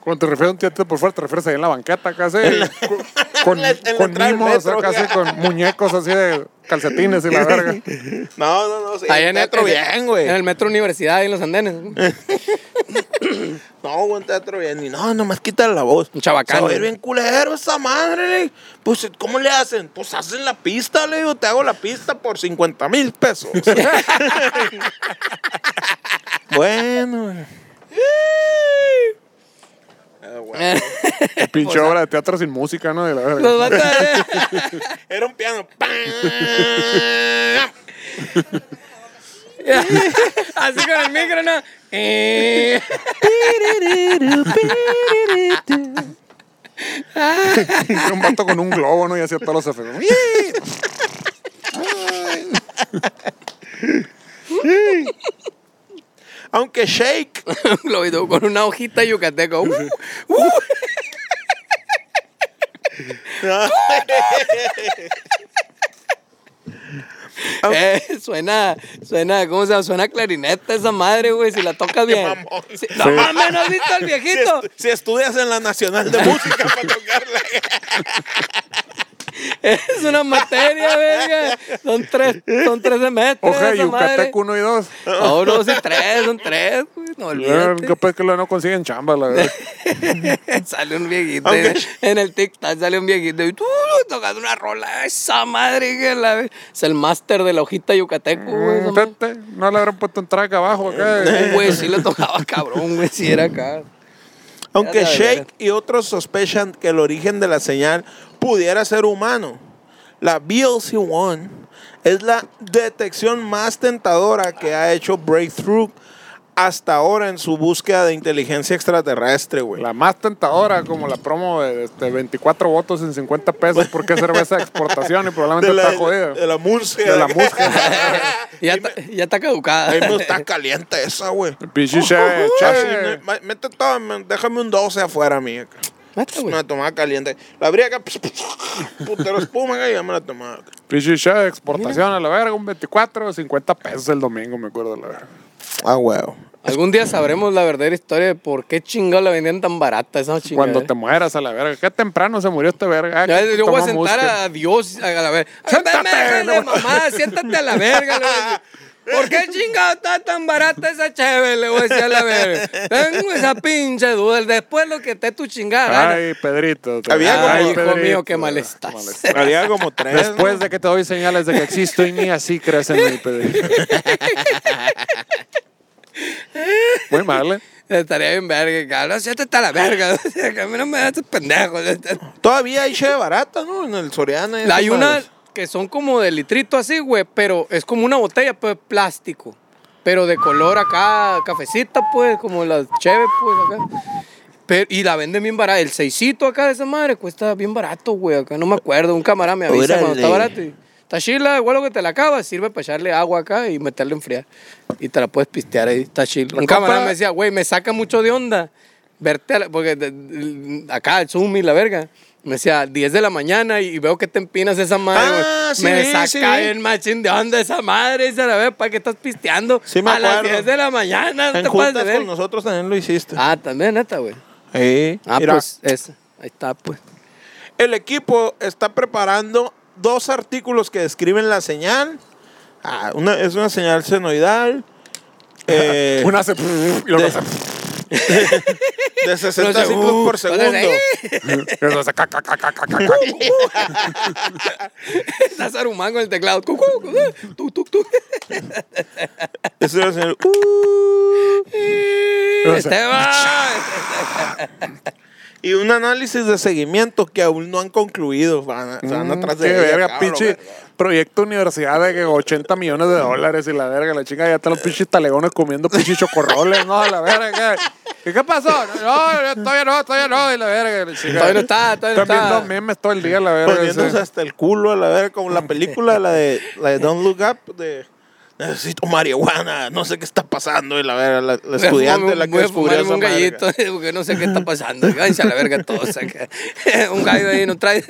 S1: Cuando te refieres a un teatro por fuera, te refieres ahí en la banqueta casi. con con,
S3: en la
S1: con
S3: entrada del
S1: mimos,
S3: metro,
S1: casi
S3: ya.
S1: con muñecos así de calcetines y la verga.
S3: No, no, no, sí,
S2: Ahí
S3: un teatro bien, güey.
S2: En el metro universidad, ahí en los andenes.
S3: No, buen teatro bien. Y no, nomás quita la voz.
S2: Un chabacano.
S3: Se va a ir bien culero esa madre, le. Pues, ¿cómo le hacen? Pues hacen la pista, le digo, te hago la pista por 50 mil pesos. bueno. Ah, bueno.
S1: Pinche
S3: Pues,
S1: obra de teatro sin música, ¿no? De la verga.
S2: Los vatos, eh,
S3: Era un piano. ¡Pam!
S2: Así con el micro, ¿no? Eh.
S1: Y un vato con un globo, ¿no? Y hacía todos los efectos.
S3: Aunque shake.
S2: Un globito con una hojita yucateco. Uh, uh. Eh, suena, suena, ¿cómo se llama? Suena clarineta esa madre, güey, si la tocas bien.
S3: mamón.
S2: Sí, no mames, ¿no has visto al
S3: Si,
S2: viejito?
S3: estu- si estudias en la Nacional de Música para tocarla.
S2: Es una materia, verga. Son tres, son tres semestres.
S1: Oja de
S2: esa madre.
S1: Yucateco 1 y 2.
S2: No, uno, dos y tres, son tres, güey. No
S3: este-
S2: olvides.
S1: Capaz que lo no consiguen chamba, la verdad.
S2: sale un viejito
S3: Aunque-
S2: en, en el TikTok, sale un viejito y tú tocando una rola, esa madre que la es el máster de la hojita yucateco, güey. esa
S1: Mm,
S2: madre.
S1: tete, No le habrán puesto un track abajo acá.
S2: No, güey, sí le tocaba cabrón, güey, si era acá.
S3: Aunque
S2: Ya la
S3: Shake
S2: verga.
S3: y otros sospechan que el origen de la señal pudiera ser humano, la BLC-1 es la detección más tentadora que ha hecho Breakthrough hasta ahora en su búsqueda de inteligencia extraterrestre, güey.
S1: La más tentadora, como la promo de este, 24 votos en 50 pesos, porque es cerveza de exportación y probablemente está jodida.
S3: de la música.
S1: De la música.
S2: Ya, está- ya está caducada.
S3: Ahí me está caliente esa, güey.
S1: Pinche cheve,
S3: Así,
S1: cheve.
S3: no, mete todo, me- déjame un 12 afuera, mía.
S2: Mata, Ah, güey.
S3: Una tomada caliente. La abría acá, putero espuma, y ya me la tomaba.
S1: Pinche cheve de exportación a la verga, un 24, 50 pesos el domingo, me acuerdo, la verga.
S3: Ah, huevo.
S2: Algún día sabremos la verdadera historia de por qué chingado la vendían tan barata esa chingada.
S1: Cuando te mueras a la verga. Qué temprano se murió este verga. Ah,
S2: eh. Ya,
S1: que
S2: Yo voy a
S1: toma
S2: sentar
S1: música.
S2: a Dios a la verga.
S1: Siéntate,
S2: Déjale,
S1: no.
S2: mamá, siéntate a la verga. le voy a decir. ¿Por qué chingado está tan barata esa chévere? Le voy a decir a la verga. Tengo esa pinche duda. Después lo que te tu chingada gana.
S1: Ay, Pedrito. te-
S3: Había como-
S1: Ay,
S2: Ay, hijo
S1: Pedrito,
S2: mío, qué mal
S1: qué
S2: estás.
S3: Había como tres.
S1: Después de que te doy señales de que existo en mí, así crees en mí, Pedrito. Muy mal, ¿eh?
S2: Estaría bien verga, cabrón. Siéntate a la verga. Que A mí no me das esos pendejos.
S3: Todavía hay che barata, ¿no? En el Soriana. y
S2: Hay
S3: esas
S2: una
S3: madres.
S2: que son como de litrito así, güey, pero es como una botella, pues, plástico. Pero de color acá, cafecita, pues, como las chéves, pues, acá. Pero- y la venden bien barata. El seisito acá de esa madre cuesta bien barato, güey. Acá no me acuerdo. Un camarada me avisa cuando está
S3: Órale.
S2: barato. y, Está chila, igual lo que te la acabas, sirve para echarle agua acá y meterle a enfriar. Y te la puedes pistear ahí, está chila.
S1: La
S2: Un camarada
S1: compa-
S2: me decía, güey, me saca mucho de onda verte a la- porque de- de- acá el Zoom y la verga. Me decía, 10 de la mañana y veo que te empinas esa madre, güey.
S3: Ah, sí
S2: me
S3: vi,
S2: saca
S3: sí vi.
S2: bien machín de onda esa madre, esa la verga, ¿para qué estás pisteando?
S3: Sí me
S2: a las
S3: acuerdo.
S2: 10 de la mañana, no
S3: En
S2: te pases de
S3: juntas
S2: verga.
S3: con nosotros también lo hiciste.
S2: Ah, también, neta, güey.
S3: Sí.
S2: Ah,
S3: Mira,
S2: pues, esa. Ahí está, pues.
S3: El equipo está preparando dos artículos que describen la señal. Ah, una, es una señal senoidal. eh,
S1: Una hace. Y luego hace.
S3: de 60
S2: Entonces,
S3: ciclos
S2: uh,
S3: por segundo.
S2: entonces,
S1: y luego hace ca, ca, ca, ca, ca, ca, ca.
S2: Está Saruman con el teclado. Cu, cu, cu, tu, tu, tu.
S3: Es una señal, uh,
S2: Eh,
S1: Y luego hace-
S2: Esteban.
S3: y un análisis de seguimiento que aún no han concluido. Van, a- se van atrás de
S1: Mm, Qué
S3: ella,
S1: verga,
S3: cabrón,
S1: pinche
S3: verga.
S1: proyecto universidad de que 80 millones de dólares y la verga, la chica ya están los pinches talegones comiendo pinches chocorroles, no, la verga. ¿Qué, ¿Qué pasó? No, no, todavía no, todavía no, y la verga, la chica.
S2: Todavía no está, todavía no
S1: Están
S2: está.
S1: viendo memes todo el día, la verga.
S3: Poniéndose
S1: sí.
S3: hasta el culo a la verga, como la película, la de, la de Don't Look Up, de necesito marihuana, no sé qué está pasando, y la verga, la, la estudiante la que
S2: Voy a
S3: descubrió
S2: fumarme
S3: esa
S2: un
S3: madre.
S2: gallito, porque no sé qué está pasando. Váyanse a la verga todos acá. un gallo ahí no trae.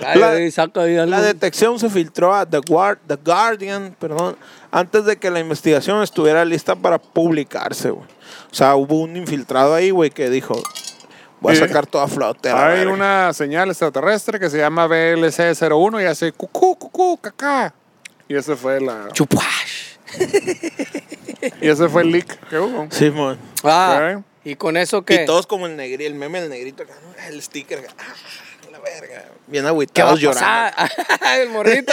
S2: Gallo
S3: La-
S2: ahí, saca ahí algo.
S3: La detección se filtró a The, Guar- The Guardian, perdón, antes de que la investigación estuviera lista para publicarse, güey. O sea, hubo un infiltrado ahí, güey, que dijo, voy a
S1: Sí.
S3: sacar toda flote. a la
S1: Hay
S3: verga".
S1: una señal extraterrestre que se llama BLC-01 y hace cucú, cucú, cacá. Y ese fue la...
S2: Chupash.
S1: Y ese fue el leak que hubo.
S3: Sí, man.
S2: Ah, y con eso que.
S3: Y todos como el negrito, el meme del negrito, acá, ¿no? el sticker, acá, ah, la verga. Bien
S2: ¿Qué va a
S3: agüitados llorando.
S2: pasar? el morrito.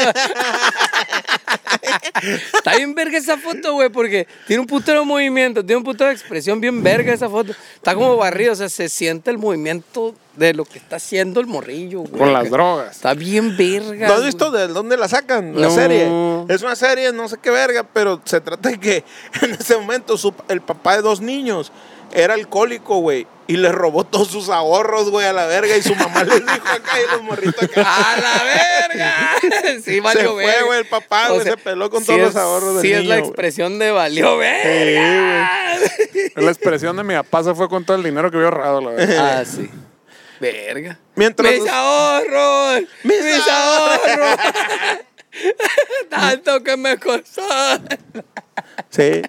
S2: Está bien verga esa foto, güey, porque tiene un putero de movimiento, tiene un putero de expresión bien verga esa foto. Está como barrido, o sea, se siente el movimiento de lo que está haciendo el morrillo, güey.
S1: Con las drogas.
S2: Está bien verga.
S3: ¿No has
S2: güey.
S3: visto de dónde la sacan? La
S2: No.
S3: serie. Es una serie, no sé qué verga, pero se trata de que en ese momento su- el papá de dos niños era alcohólico, güey. Y le robó todos sus ahorros, güey, a la verga. Y su mamá les dijo acá y los morritos acá.
S2: ¡A la verga! Sí, valió
S3: Se fue,
S2: verga.
S3: güey, el papá, güey, se peló con
S2: sí
S3: todos los
S2: es-
S3: ahorros del
S2: Sí, es la
S3: niño, güey.
S2: expresión de valió verga.
S1: La expresión de mi papá se fue con todo el dinero que había ahorrado, la verga.
S2: Ah, sí. Verga.
S3: Mientras
S2: ¡Mis
S3: los-
S2: ahorros! ¡Mis,
S3: ¡Mis
S2: ahorros! Tanto que me costó.
S3: Sí,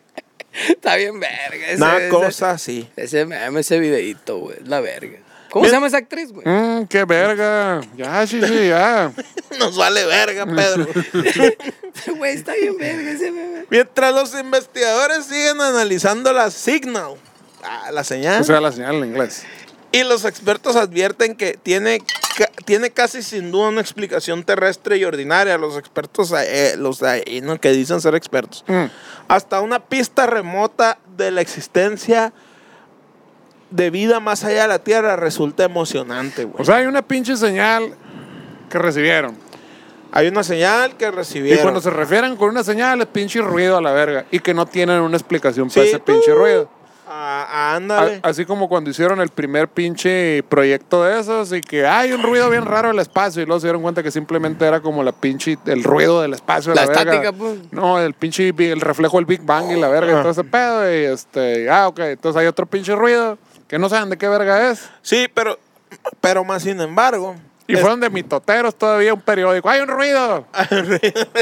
S2: Está bien verga. Ese,
S3: una
S2: ese-
S3: cosa así.
S2: Ese meme, ese videíto, güey. La verga. ¿Cómo se llama esa actriz, güey?
S1: Mmm, qué verga. Ya, sí, sí, ya.
S3: Nos vale verga, Pedro.
S2: Güey, está bien verga ese meme.
S3: Mientras los investigadores siguen analizando la signal, ah, la señal,
S1: O sea, la señal en inglés.
S3: y los expertos advierten que tiene, ca- tiene casi sin duda una explicación terrestre y ordinaria. Los expertos, eh, los ahí, ¿no? que dicen ser expertos,
S1: Mm.
S3: hasta una pista remota de la existencia de vida más allá de la Tierra resulta emocionante, güey.
S1: O sea, hay una pinche señal que recibieron.
S3: Hay una señal que
S1: Y
S3: recibieron.
S1: cuando se refieren con una señal es pinche ruido a la verga. Y que no tienen una explicación
S3: Sí,
S1: para ese pinche
S3: tú.
S1: ruido.
S3: Ah,
S1: A-
S3: ándale.
S1: así como cuando hicieron el primer pinche proyecto de esos y que hay un ruido bien raro del espacio y luego se dieron cuenta que simplemente era como la pinche, el ruido del espacio.
S2: La
S1: La, verga.
S2: estática, pues.
S1: No, el pinche, vi- el reflejo del Big Bang y la verga y todo ese pedo. Y este, ah, ok, entonces hay otro pinche ruido que no saben de qué verga es.
S3: Sí, pero, pero más sin embargo.
S1: Y fueron de mitoteros todavía un periódico. ¡Hay un ruido!
S3: Ah,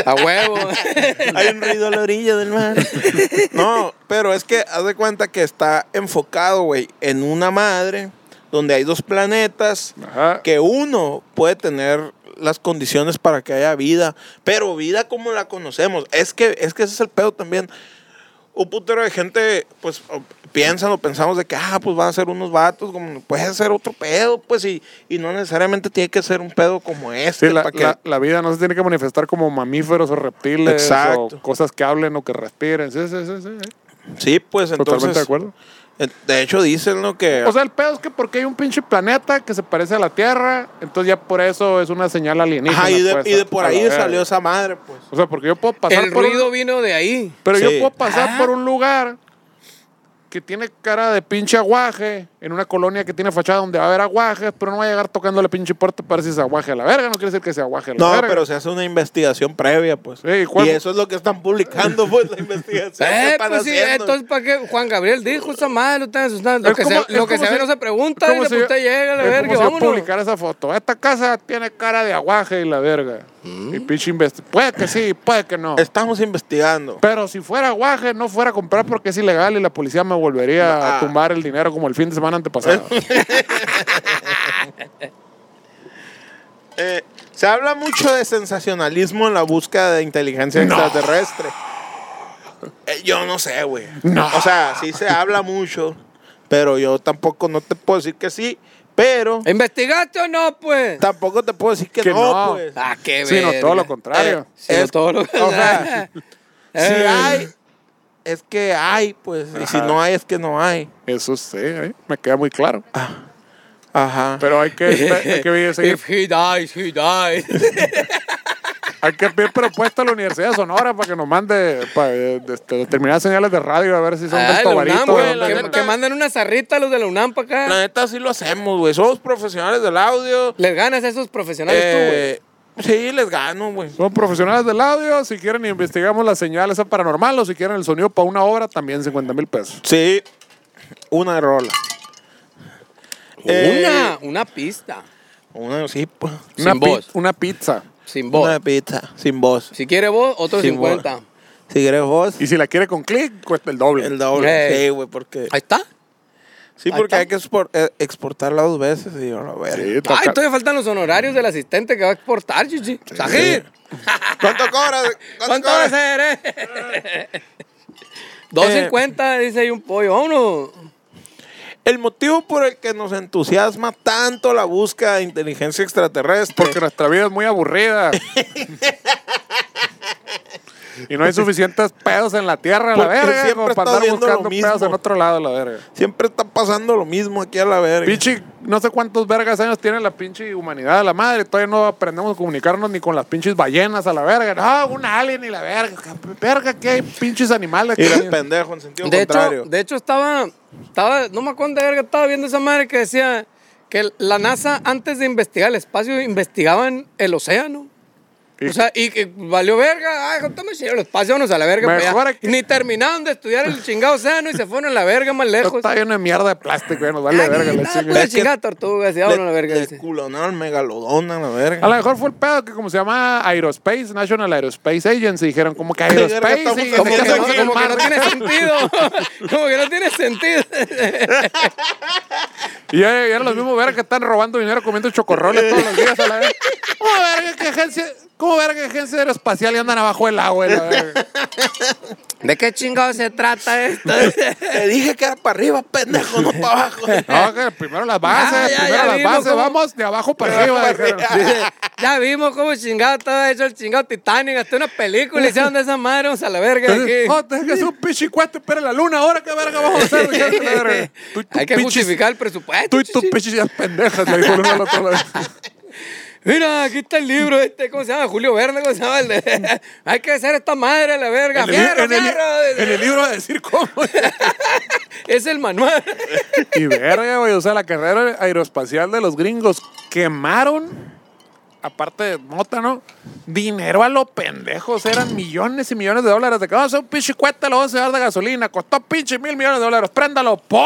S2: A huevo.
S3: Hay un ruido a la orilla del mar. No, pero es que haz de cuenta que está enfocado, güey, en una madre donde hay dos planetas
S1: Ajá.
S3: que uno puede tener las condiciones para que haya vida, pero vida como la conocemos. Es que, es que ese es el pedo también. Un putero de gente, pues, o- piensan o pensamos de que, ah, pues van a ser unos vatos, como puede ser otro pedo, pues, y, y no necesariamente tiene que ser un pedo como este.
S1: Sí, la,
S3: pa' que-
S1: la- la vida no se tiene que manifestar como mamíferos o reptiles
S3: Exacto.
S1: o cosas que hablen o que respiren. Sí, sí, sí. sí.
S3: sí, pues, entonces.
S1: Totalmente de acuerdo.
S3: Eh, De hecho, dicen lo que.
S1: O sea, el pedo es que porque hay un pinche planeta que se parece a la Tierra, entonces ya por eso es una señal alienígena.
S3: Ajá, y, de,
S1: pues,
S3: y de
S1: a-
S3: por
S1: a la
S3: ahí
S1: verga.
S3: salió esa madre, pues.
S1: O sea, porque yo puedo pasar
S2: El
S1: por un-
S2: ruido vino de ahí.
S1: pero yo
S3: Sí.
S1: puedo pasar
S2: Ah.
S1: por un lugar que tiene cara de pinche aguaje, en una colonia que tiene fachada donde va a haber aguajes, pero no va a llegar tocando la pinche puerta para ver si se aguaje a la verga. No quiere decir que se aguaje a la
S3: No,
S1: verga.
S3: pero se hace una investigación previa, pues.
S1: Sí, ¿y cuál-
S3: y eso es lo que están publicando, pues, la investigación. que
S2: Eh,
S3: están
S2: pues sí,
S3: haciendo.
S2: entonces ¿para qué? Juan Gabriel dijo esa madre, ustedes asustan. Lo
S1: Es
S2: que,
S1: como-
S2: se, lo
S1: es
S2: que
S1: como
S2: se ve
S1: si-
S2: no se pregunta,
S1: es
S2: y
S1: como
S2: la
S1: si-
S2: puta llega, la
S1: es
S2: verga,
S1: como si yo
S2: vámonos.
S1: publicar esa foto. Esta casa tiene cara de aguaje y la verga.
S3: Mm.
S1: Y pinche investi- Puede que sí, puede que no.
S3: Estamos investigando.
S1: Pero si fuera guaje, no fuera a comprar porque es ilegal y la policía me volvería
S3: Ah.
S1: a tumbar el dinero como el fin de semana antepasado.
S3: Eh, se habla mucho de sensacionalismo en la búsqueda de inteligencia extraterrestre. Eh, yo no sé, güey.
S1: No.
S3: O sea, sí se habla mucho, pero yo tampoco no te puedo decir que sí, pero
S2: ¿Investigaste o no, pues?
S3: tampoco te puedo decir que,
S1: Eh, Que
S3: no,
S1: no.
S3: pues.
S2: Ah, qué
S1: Sino
S2: verga. Eh.
S1: todo lo contrario.
S2: Sino
S3: Es-
S2: todo lo
S3: o sea, Si
S2: Eh.
S3: hay es que hay, pues. Y si no hay, es que no hay.
S1: Eso sí, ¿eh? me queda muy claro.
S3: Ajá.
S1: Pero hay que, hay que seguir
S2: If he dies, he dies.
S1: Hay que pedir propuesta a la Universidad de Sonora para que nos mande para, eh, este, determinadas señales de radio a ver si son
S2: Ah,
S1: del
S2: la UNAM,
S1: Tobarito.
S2: güey,
S1: de dónde
S2: que,
S1: vienen.
S2: que manden una zarrita a los de la UNAM para acá.
S3: La neta sí lo hacemos, güey. Somos profesionales del audio.
S2: Les ganas a esos profesionales
S3: Eh, sí, les gano, güey.
S1: Son profesionales del audio. Si quieren, investigamos las señales paranormales. O si quieren el sonido para una obra, también 50 mil pesos.
S3: Sí, una rola.
S2: tú, güey.
S3: eh,
S2: una, una pista.
S3: Una, sí, pues.
S2: Sin
S1: una, pi-
S2: voz.
S1: una pizza.
S2: Sin voz.
S3: Una pizza, sin voz.
S2: Si quiere vos, otros
S3: Sin
S2: 50.
S3: voz. Si quieres voz,
S1: Y si la quiere con clic, cuesta el doble.
S3: el doble.
S2: Ey.
S3: Sí, güey, porque.
S2: Ahí está.
S3: Sí, porque
S2: ahí
S3: hay que expor- eh, exportarla dos veces y yo lo
S1: Sí,
S3: veo.
S1: toca-
S2: Ay, todavía faltan los honorarios del asistente que va a exportar, chichi. Sajir,
S3: ¿Cuánto cobras?
S2: ¿cuánto va a ser, eh? 250, dice ahí un pollo. Vámonos.
S3: El motivo por el que nos entusiasma tanto la búsqueda de inteligencia extraterrestre.
S1: Porque nuestra vida es muy aburrida. y no hay suficientes pedos en la tierra, a la
S3: Porque
S1: verga.
S3: siempre
S1: Como para
S3: estás
S1: andar
S3: viendo lo
S1: buscando pedos
S3: mismo.
S1: en otro lado, a la verga.
S3: siempre está pasando lo mismo aquí a la verga.
S1: Pinche, no sé cuántos vergas años tiene la pinche humanidad a la madre. Todavía no aprendemos a comunicarnos ni con las pinches ballenas a la verga. No, un alien y la verga. Verga, que hay pinches animales.
S3: Y
S1: que
S3: los
S1: hay?
S3: pendejos en sentido
S2: De
S3: contrario.
S2: hecho, de hecho estaba, estaba, no me acuerdo de verga, estaba viendo esa madre que decía que la NASA antes de investigar el espacio investigaban el océano. O sea, y que valió verga, ay, contame si el espacio vamos a la verga. para allá.
S1: Mejor aquí.
S2: Ni terminaron de estudiar el chingado océano y se fueron a la verga más lejos.
S1: Está lleno de mierda de plástico, ya nos vale
S2: Ah,
S1: verga
S2: ni
S1: la
S2: nada,
S1: chinga.
S2: pura
S3: Es que-
S2: chingada tortuga, sí, vámonos a la verga.
S3: Le-
S2: dice.
S3: le culonaron megalodón a la verga.
S1: A lo mejor fue el pedo que como se llama Aerospace, National Aerospace Agency, dijeron como que
S3: verga,
S1: Aerospace
S3: estamos
S1: y
S2: Como que,
S1: se quedó
S2: no,
S1: en el
S2: como que
S1: mar.
S2: no tiene sentido. Como que no tiene sentido.
S1: Y ya eran los mismos vergas que están robando dinero comiendo chocorroles todos los días a la verga. ¿Cómo verga que agencia, cómo verga que agencia aeroespacial y andan abajo del agua? y la verga?
S2: ¿De qué chingado se trata esto?
S3: Te dije que era para arriba, pendejo, no para abajo.
S1: No, que primero las bases,
S2: Ah, ya,
S1: primero
S2: ya
S1: las
S2: vimos
S1: bases,
S2: cómo-
S1: vamos de abajo para
S3: De abajo
S1: arriba.
S3: para
S1: dijeron.
S3: arriba.
S2: Dice, ya vimos cómo chingado estaba hecho el chingado Titanic. Hasta una película hicieron de esa madre. Vamos a la verga de
S1: Entonces,
S2: aquí.
S1: Oh, tenés que hacer un pinche cuate, espera la luna, ahora qué verga vamos a hacer. dijeron, la verga. Tú y tus
S2: Hay que
S1: pinches-
S2: justificar el presupuesto.
S1: Tú y tus
S2: chichi.
S1: pinches ideas pendejas, le dijo el uno al otro. la verga.
S2: Mira, aquí está el libro este. ¿Cómo se llama? Julio Verne. ¿Cómo se llama? El de- Hay que hacer esta madre a la verga.
S1: En el li-
S2: Fierro,
S1: en el li-
S2: fierro.
S1: en el libro va a decir cómo.
S2: Es el manual.
S1: Y verga, güey, o sea, la carrera aeroespacial de los gringos quemaron, aparte de mota, ¿no? Dinero a los pendejos, eran millones y millones de dólares. De que vamos a hacer un pinche cuete, lo vamos a llevar de gasolina, costó pinche mil millones de dólares, préndalo, ¡pum!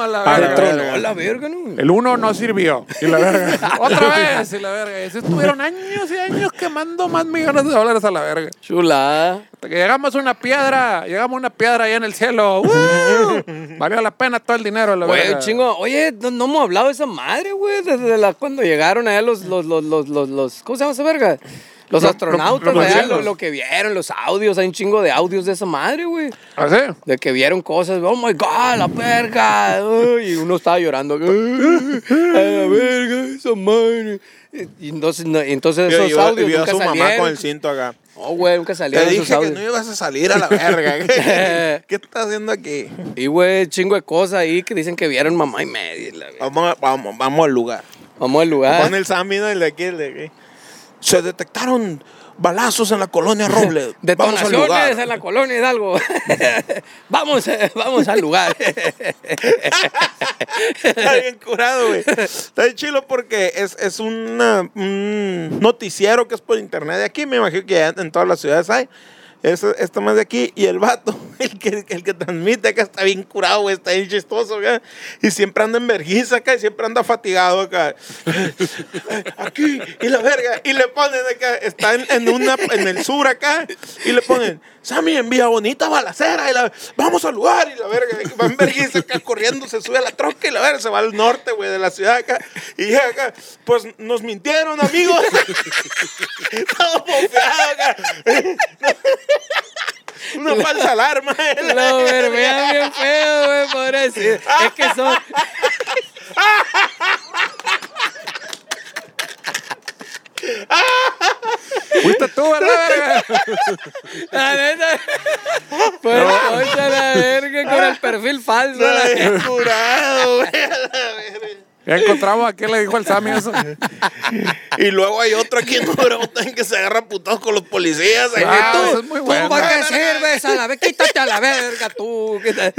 S1: A la
S3: A la
S1: verga.
S3: verga.
S2: No, la verga, no.
S1: El uno no sirvió. Y la verga. Otra vez. Y la verga. Y así estuvieron años y años quemando más millones de dólares a la verga.
S2: Chulada.
S1: Hasta que llegamos a una piedra. Llegamos a una piedra allá en el cielo. ¡Woo! Valió la pena todo el dinero a la
S2: Güey,
S1: verga.
S2: chingo. Oye, no, no hemos hablado de esa madre, güey. Desde la, cuando llegaron allá los, los, los, los, los, los- ¿cómo se llama esa verga? Los
S1: Lo-
S2: astronautas,
S1: lo- los
S2: allá, lo,
S1: marcianos.
S2: lo que vieron, los audios, hay un chingo de audios de esa madre, güey.
S1: ¿Ah, sí?
S2: De que vieron cosas, oh my god, la verga. Uy, y uno estaba llorando. "Ay, A la verga, esa madre. Y y entonces, no- y entonces
S3: Y
S2: esos
S3: vio- y
S2: audios
S3: vio a
S2: nunca
S3: su mamá con
S2: salieron.
S3: el cinto acá.
S2: Oh, güey, nunca
S3: Te
S2: salieron esos
S3: dije que
S2: audios.
S3: no ibas a salir a la verga. ¿Qué, qué estás haciendo aquí?
S2: Y, güey, chingo de cosas ahí que dicen que vieron mamá y media. y la verga.
S3: Vamos, a- vamos, vamos al lugar.
S2: Vamos al lugar.
S3: Pon el Sammy, ¿no? El de aquí, el de aquí. Se detectaron balazos en la colonia Robles. vamos al
S2: Detonaciones en
S3: lugar.
S2: la colonia Hidalgo. vamos, eh, vamos al lugar.
S3: Está bien curado, güey. Está bien chilo porque es, es una- un noticiero que es por internet de aquí. Me imagino que ya en todas las ciudades hay. Es, está más de aquí. Y el vato, el que, el que transmite acá, está bien curado, güey. Está bien chistoso, güey. Y siempre anda en vergüenza acá y siempre anda fatigado acá. aquí y la verga. Y le ponen acá, está en, en una, en el sur acá, y le ponen, Sammy envía bonita balacera, y la, vamos al lugar, y la verga. y Va en vergüenza acá corriendo, se sube a la troca y la verga, se va al norte, güey, de la ciudad acá. Y llega acá, pues nos mintieron, amigos. Todo bofeado acá. Una falsa alarma. eh,
S2: Lo verbean bien feo, güey, pobrecito. Es que son.
S1: Fuiste fuiste tú, ¿verdad?
S2: La neta. Pues concha la verga con el perfil falso. la-
S3: Ay, curado, güey.
S1: Ya encontramos a quién le dijo el Sammy eso.
S3: Y luego hay otro aquí en Durango que se agarra putados con los policías. ahí.
S1: Ah,
S2: tú,
S1: eso es muy
S2: tú
S1: bueno.
S2: para qué sirves a la verga, quítate a la verga tú, quítate.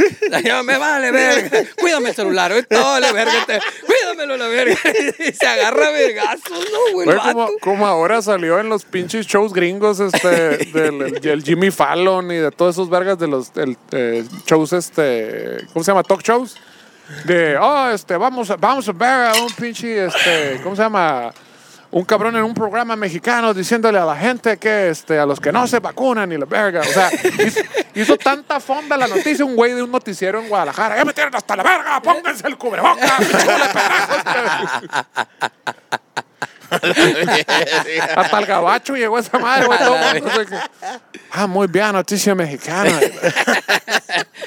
S2: Ya me vale verga, cuídame el celular, ahorita la verga, te- cuídamelo la verga. Y se agarra a vergazos, no, güey, el
S1: Güey, como,
S2: vato.
S1: como ahora salió en los pinches shows gringos este, del el- el Jimmy Fallon y de todos esos vergas de los el, eh, shows, este, ¿cómo se llama? Talk shows. De, oh, este, vamos a, vamos a ver a un pinche, este, ¿cómo se llama? Un cabrón en un programa mexicano diciéndole a la gente que, este, a los que no se vacunan y la verga. O sea, hizo, hizo tanta fonda la noticia un güey de un noticiero en Guadalajara. ¡Ya me tienen hasta la verga! ¡Pónganse el cubrebocas! ¡Chule, pendejos! Hasta el gabacho llegó esa madre, güey. todo el mundo se que- Ah, muy bien, noticia mexicana.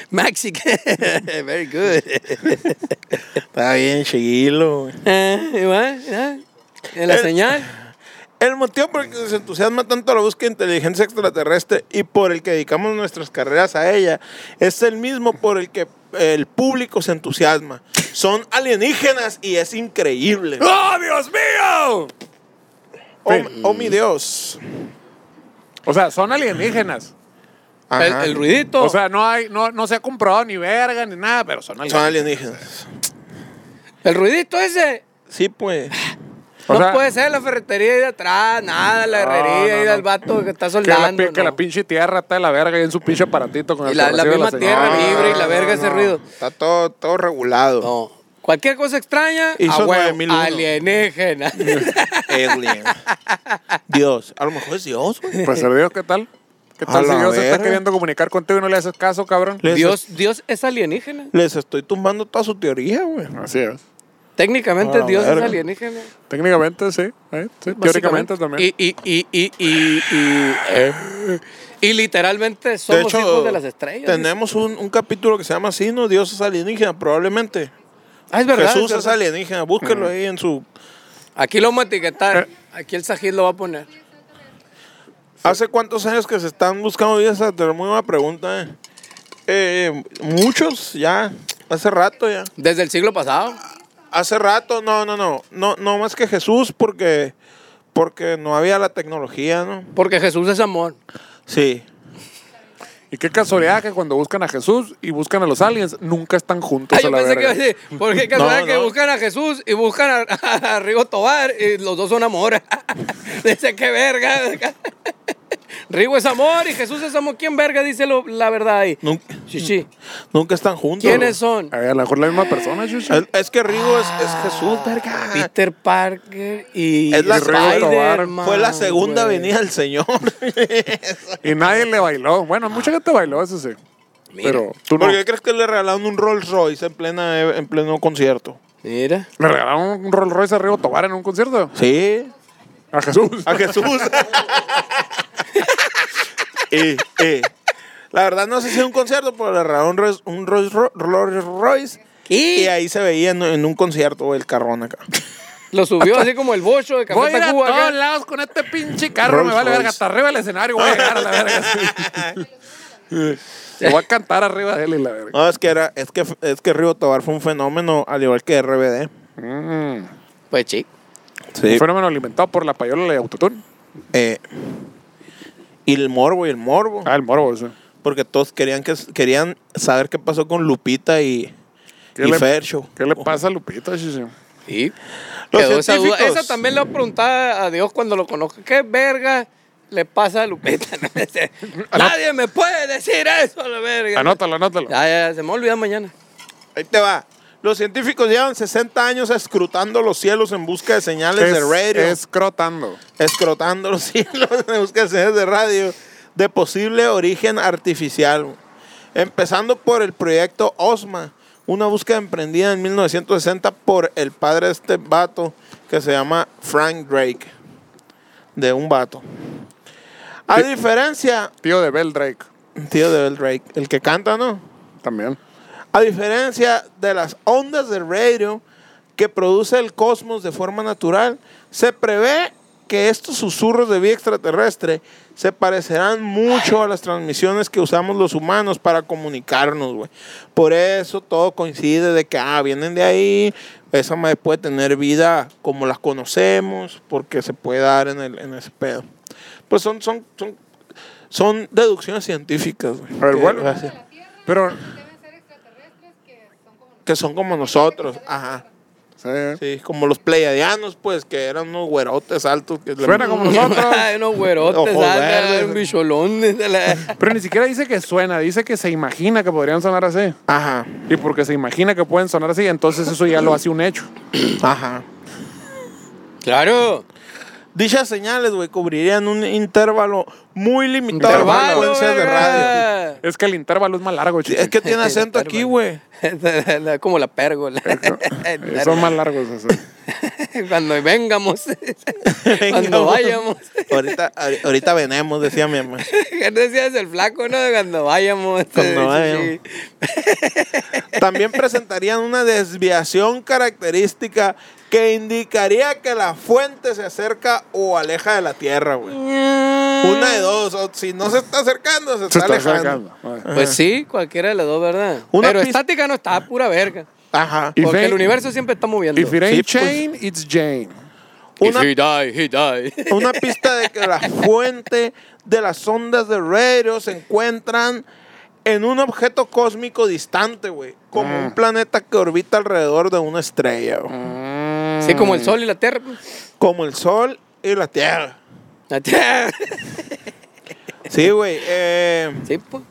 S2: Mexican, very good.
S3: Está bien, chilo, güey.
S2: Eh, igual, ¿eh? ¿En la
S3: El-
S2: señal?
S3: El motivo por el que se entusiasma tanto la búsqueda de inteligencia extraterrestre y por el que dedicamos nuestras carreras a ella es el mismo por el que el público se entusiasma. Son alienígenas y es increíble.
S1: ¡Oh, Dios mío!
S3: Oh, oh, mi Dios.
S1: O sea, son alienígenas.
S2: El,
S3: Ajá.
S2: el ruidito.
S1: O sea, no hay, no, no se ha comprobado ni verga ni nada, pero son
S3: Son
S1: alienígenas.
S3: alienígenas.
S2: el ruidito ese.
S3: Sí, pues.
S1: O
S2: no
S1: sea,
S2: puede ser la ferretería ahí de atrás, nada, la herrería
S1: no,
S2: ahí
S1: no.
S2: del vato que está
S1: que, la,
S2: soldando.
S1: pi- que
S2: no.
S1: la pinche tierra está de la verga y en su pinche aparatito con
S2: Y
S1: el
S2: la-
S1: que
S2: la
S1: recibe
S2: misma tierra
S1: señal.
S2: libre y la verga ese ruido.
S3: Está todo, todo regulado.
S2: No. Cualquier cosa extraña,
S3: Hizo
S2: a huevo,
S3: 9001.
S2: alienígena.
S3: Alien. Dios. A lo mejor es Dios, güey.
S1: Pues el Dios, ¿qué tal? ¿Qué
S3: A
S1: tal si
S3: la
S1: Dios está
S3: verga.
S1: queriendo comunicar contigo y no le haces caso, cabrón?
S3: Les,
S2: Dios, Dios es alienígena.
S3: les estoy tumbando toda su teoría, güey.
S1: Así es.
S2: Técnicamente
S3: Ah,
S2: Dios
S3: verga.
S2: es alienígena.
S1: Técnicamente, sí. ¿eh? Sí, Teóricamente también.
S2: Y, y, y, y, y, y, eh, y literalmente somos hijos de las estrellas.
S3: Tenemos un, un capítulo que se llama así, ¿no? Dios es alienígena, probablemente.
S2: Ah, es verdad.
S3: Jesús
S2: es
S3: es
S2: verdad.
S3: alienígena, búsquelo ahí en su...
S2: Aquí lo vamos a etiquetar.
S1: Eh.
S2: Aquí el Sajid lo va a poner.
S3: ¿Hace cuántos años que se están buscando vidas extraterrestres? Muy buena pregunta, eh. Eh, muchos, ya. Hace rato, ya.
S2: Desde el siglo pasado.
S3: Hace rato, no, no, no. No, no más que Jesús porque, porque no había la tecnología, ¿no?
S2: Porque Jesús es amor.
S3: Sí.
S1: Y qué casualidad que cuando buscan a Jesús y buscan a los aliens, nunca están juntos.
S2: Ah,
S1: a
S2: yo
S1: la
S2: pensé que iba
S1: verga.
S2: a decir, porque casualidad
S3: No,
S2: que
S3: no.
S2: buscan a Jesús y buscan a, a Rigo Tobar y los dos son amor. Dice, qué verga. Rigo es amor y Jesús es amor. ¿Quién verga dice lo- la verdad ahí?
S3: Nun-
S2: Sí, sí.
S3: Nunca están juntos.
S2: ¿Quiénes son?
S3: Ah.
S2: Ah,
S1: A ver, a lo mejor la misma persona, Chucho.
S3: Es, es que Rigo es, es Jesús, verga.
S2: Peter Parker y
S3: Es la-
S2: Spider-Man.
S3: Fue la segunda
S2: güey.
S3: venida del Señor.
S1: Y nadie le bailó. Bueno, mucha gente bailó, eso sí.
S2: Mira.
S1: Pero tú no.
S3: ¿Por qué crees que le regalaron un Rolls Royce en, plena, en pleno concierto?
S2: Mira.
S1: Le regalaron un Rolls Royce a Rigo Tobar en un concierto.
S3: Sí.
S1: A Jesús.
S3: A Jesús. Eh, eh. La verdad no sé si un concierto, pero le regalaron un Rolls- un Rolls Ro- Rolls Royce. Y
S2: Y
S3: ahí se veía en, en un concierto güey, el carrón acá.
S2: lo subió así como el bocho
S1: Voy
S2: de Café
S1: a ir a
S2: Tacuba.
S1: todos
S2: acá.
S1: lados con este pinche carro.
S3: Rolls
S1: me vale verga.
S3: Royce.
S1: Hasta arriba del escenario voy a llegar a la verga. sí. Le voy a cantar arriba de él y la verga.
S3: No, es que era, es que es que Río Tobar fue un fenómeno, al igual que RBD.
S2: Pues sí.
S1: Un
S3: Sí.
S1: fenómeno alimentado por la payola de autotune.
S3: Eh, y el morbo, y el morbo.
S1: Ah, el morbo ese.
S3: Porque todos querían que querían saber qué pasó con Lupita y,
S1: ¿Qué
S3: y
S1: le-
S3: Fercho.
S1: ¿Qué le pasa a Lupita, Chucho?
S2: Sí.
S3: Los
S2: Quedó esa duda.
S3: científicos.
S2: Esa también le voy a preguntar a Dios cuando lo conozca. ¿Qué verga le pasa a Lupita? Nadie me puede decir eso, la verga.
S1: Anótalo, anótalo.
S2: Ya, ya, se me olvida mañana.
S3: Ahí te va. Los científicos llevan 60 años escrutando los cielos en busca de señales de radio.
S1: Escrotando.
S3: Escrutando los cielos en busca de señales de radio de posible origen artificial. Empezando por el proyecto OSMA, una búsqueda emprendida en 1960 por el padre de este vato que se llama Frank Drake. De un vato. A diferencia,
S1: Tío de Bell Drake.
S3: tío de Bill Drake, el que canta, ¿no?
S1: También.
S3: A diferencia de las ondas de radio que produce el cosmos de forma natural, se prevé que estos susurros de vida extraterrestre se parecerán mucho a las transmisiones que usamos los humanos para comunicarnos, güey. Por eso todo coincide de que, ah, vienen de ahí, esa madre puede tener vida como las conocemos, porque se puede dar en, el, en ese pedo. Pues son, son, son, son deducciones científicas, güey.
S1: A ver,
S3: que-
S1: bueno.
S3: gracias.
S1: Pero,
S4: Deben ser extraterrestres que son como
S3: Que son como nosotros, ajá.
S1: sí.
S3: Sí, como los pleiadianos, pues, que eran unos güerotes altos. Que
S1: Suena como nosotros.
S2: Ay, unos güerotes,
S3: Ojos
S2: anda,
S3: verdes.
S2: un bicholón. de la-
S1: Pero ni siquiera dice que suena, dice que se imagina que podrían sonar así.
S3: Ajá,
S1: Y porque se imagina que pueden sonar así, entonces eso ya lo hace un hecho.
S3: ajá.
S2: Claro.
S3: Dichas señales, güey, cubrirían un intervalo muy limitado de
S2: Intervalo,
S3: frecuencias de radio.
S2: verga.
S1: Es que el intervalo es más largo,
S3: Sí,
S1: chicos.
S3: Es que tiene acento aquí, güey.
S2: Como la pérgola.
S1: Eh, Son más largos. o sea.
S2: Cuando vengamos.
S3: Venga,
S2: Cuando
S3: güey.
S2: vayamos.
S3: Ahorita, ahori- ahorita venemos, decía mi mamá.
S2: ¿Qué decías el flaco, no? Cuando vayamos.
S3: Cuando
S2: Sí,
S3: vayamos.
S2: sí.
S3: También presentarían una desviación característica que indicaría que la fuente se acerca o aleja de la Tierra, güey. Una de dos. o si no se está acercando, se está,
S1: Se está
S3: alejando.
S1: acercando. Vale.
S2: Pues sí, cualquiera de las dos, ¿verdad?
S3: Una
S2: Pero
S3: pis-
S2: estática no está, pura verga.
S3: Ajá.
S1: Y
S2: Porque
S1: ve-
S2: el universo siempre está moviendo.
S1: If it ain't
S3: Sí, pues.
S1: Jane, it's Jane.
S3: Una,
S2: If he die, he die.
S3: una pista de que la fuente de las ondas de radio se encuentran en un objeto cósmico distante, güey. Como un planeta que orbita alrededor de una estrella, güey.
S2: Sí, como el sol y la tierra. pues.
S3: Como el Sol y la Tierra.
S2: La tierra.
S3: Sí, güey. eh,
S2: Sí, pues.